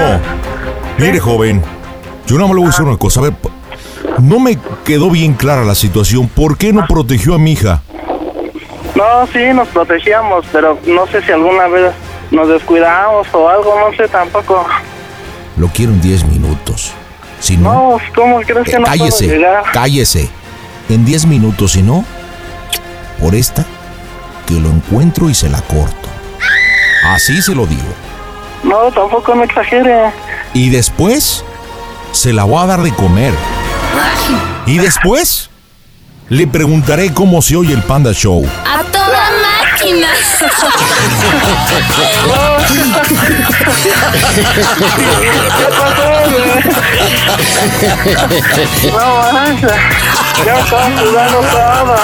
S12: mire, joven, yo nada más le voy a
S23: Ah.
S12: decir una cosa. A ver, po- no me quedó bien clara la situación. ¿Por
S23: Ah.
S12: qué no protegió a mi hija?
S23: No, sí, nos protegíamos, pero no sé si alguna vez nos descuidamos o algo, no sé tampoco.
S2: Lo quiero en 10 minutos. Si no,
S23: No, ¿cómo crees que
S2: eh,
S23: no puedo
S2: cállese,
S23: llegar?
S2: cállese. En 10 minutos, si no, por esta, que lo encuentro y se la corto. Así se lo digo.
S23: No, tampoco me exagere.
S2: Y después, se la voy a dar de comer. Y después, le preguntaré cómo se oye el Panda Show.
S7: A toda máquina.
S23: No, manches. Ya estamos jugando todo.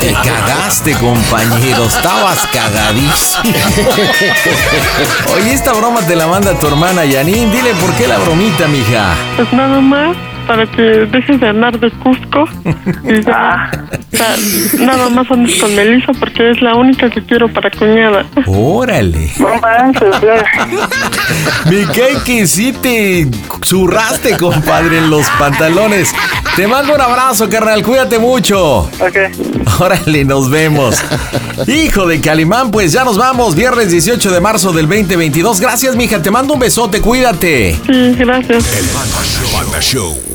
S2: Te cagaste, compañero. Estabas cagadísimo. Oye, esta broma te la manda tu hermana Janine. Dile por qué la bromita, mija.
S28: Pues nada más para que dejes de andar de Cusco y
S23: Ah.
S28: ya. Na- nada más andes con Melissa porque es la única que quiero para cuñada.
S2: Órale.
S23: No manches, güey.
S2: Mi que sí te zurraste, compadre, en los pantalones. Te mando un abrazo, carnal. Cuídate mucho.
S23: Ok.
S2: Órale, nos vemos. Hijo de Calimán, pues ya nos vamos. Viernes 18 de marzo del 2022. Gracias, mija. Te mando un besote. Cuídate.
S28: Sí, gracias.
S2: Panda Show.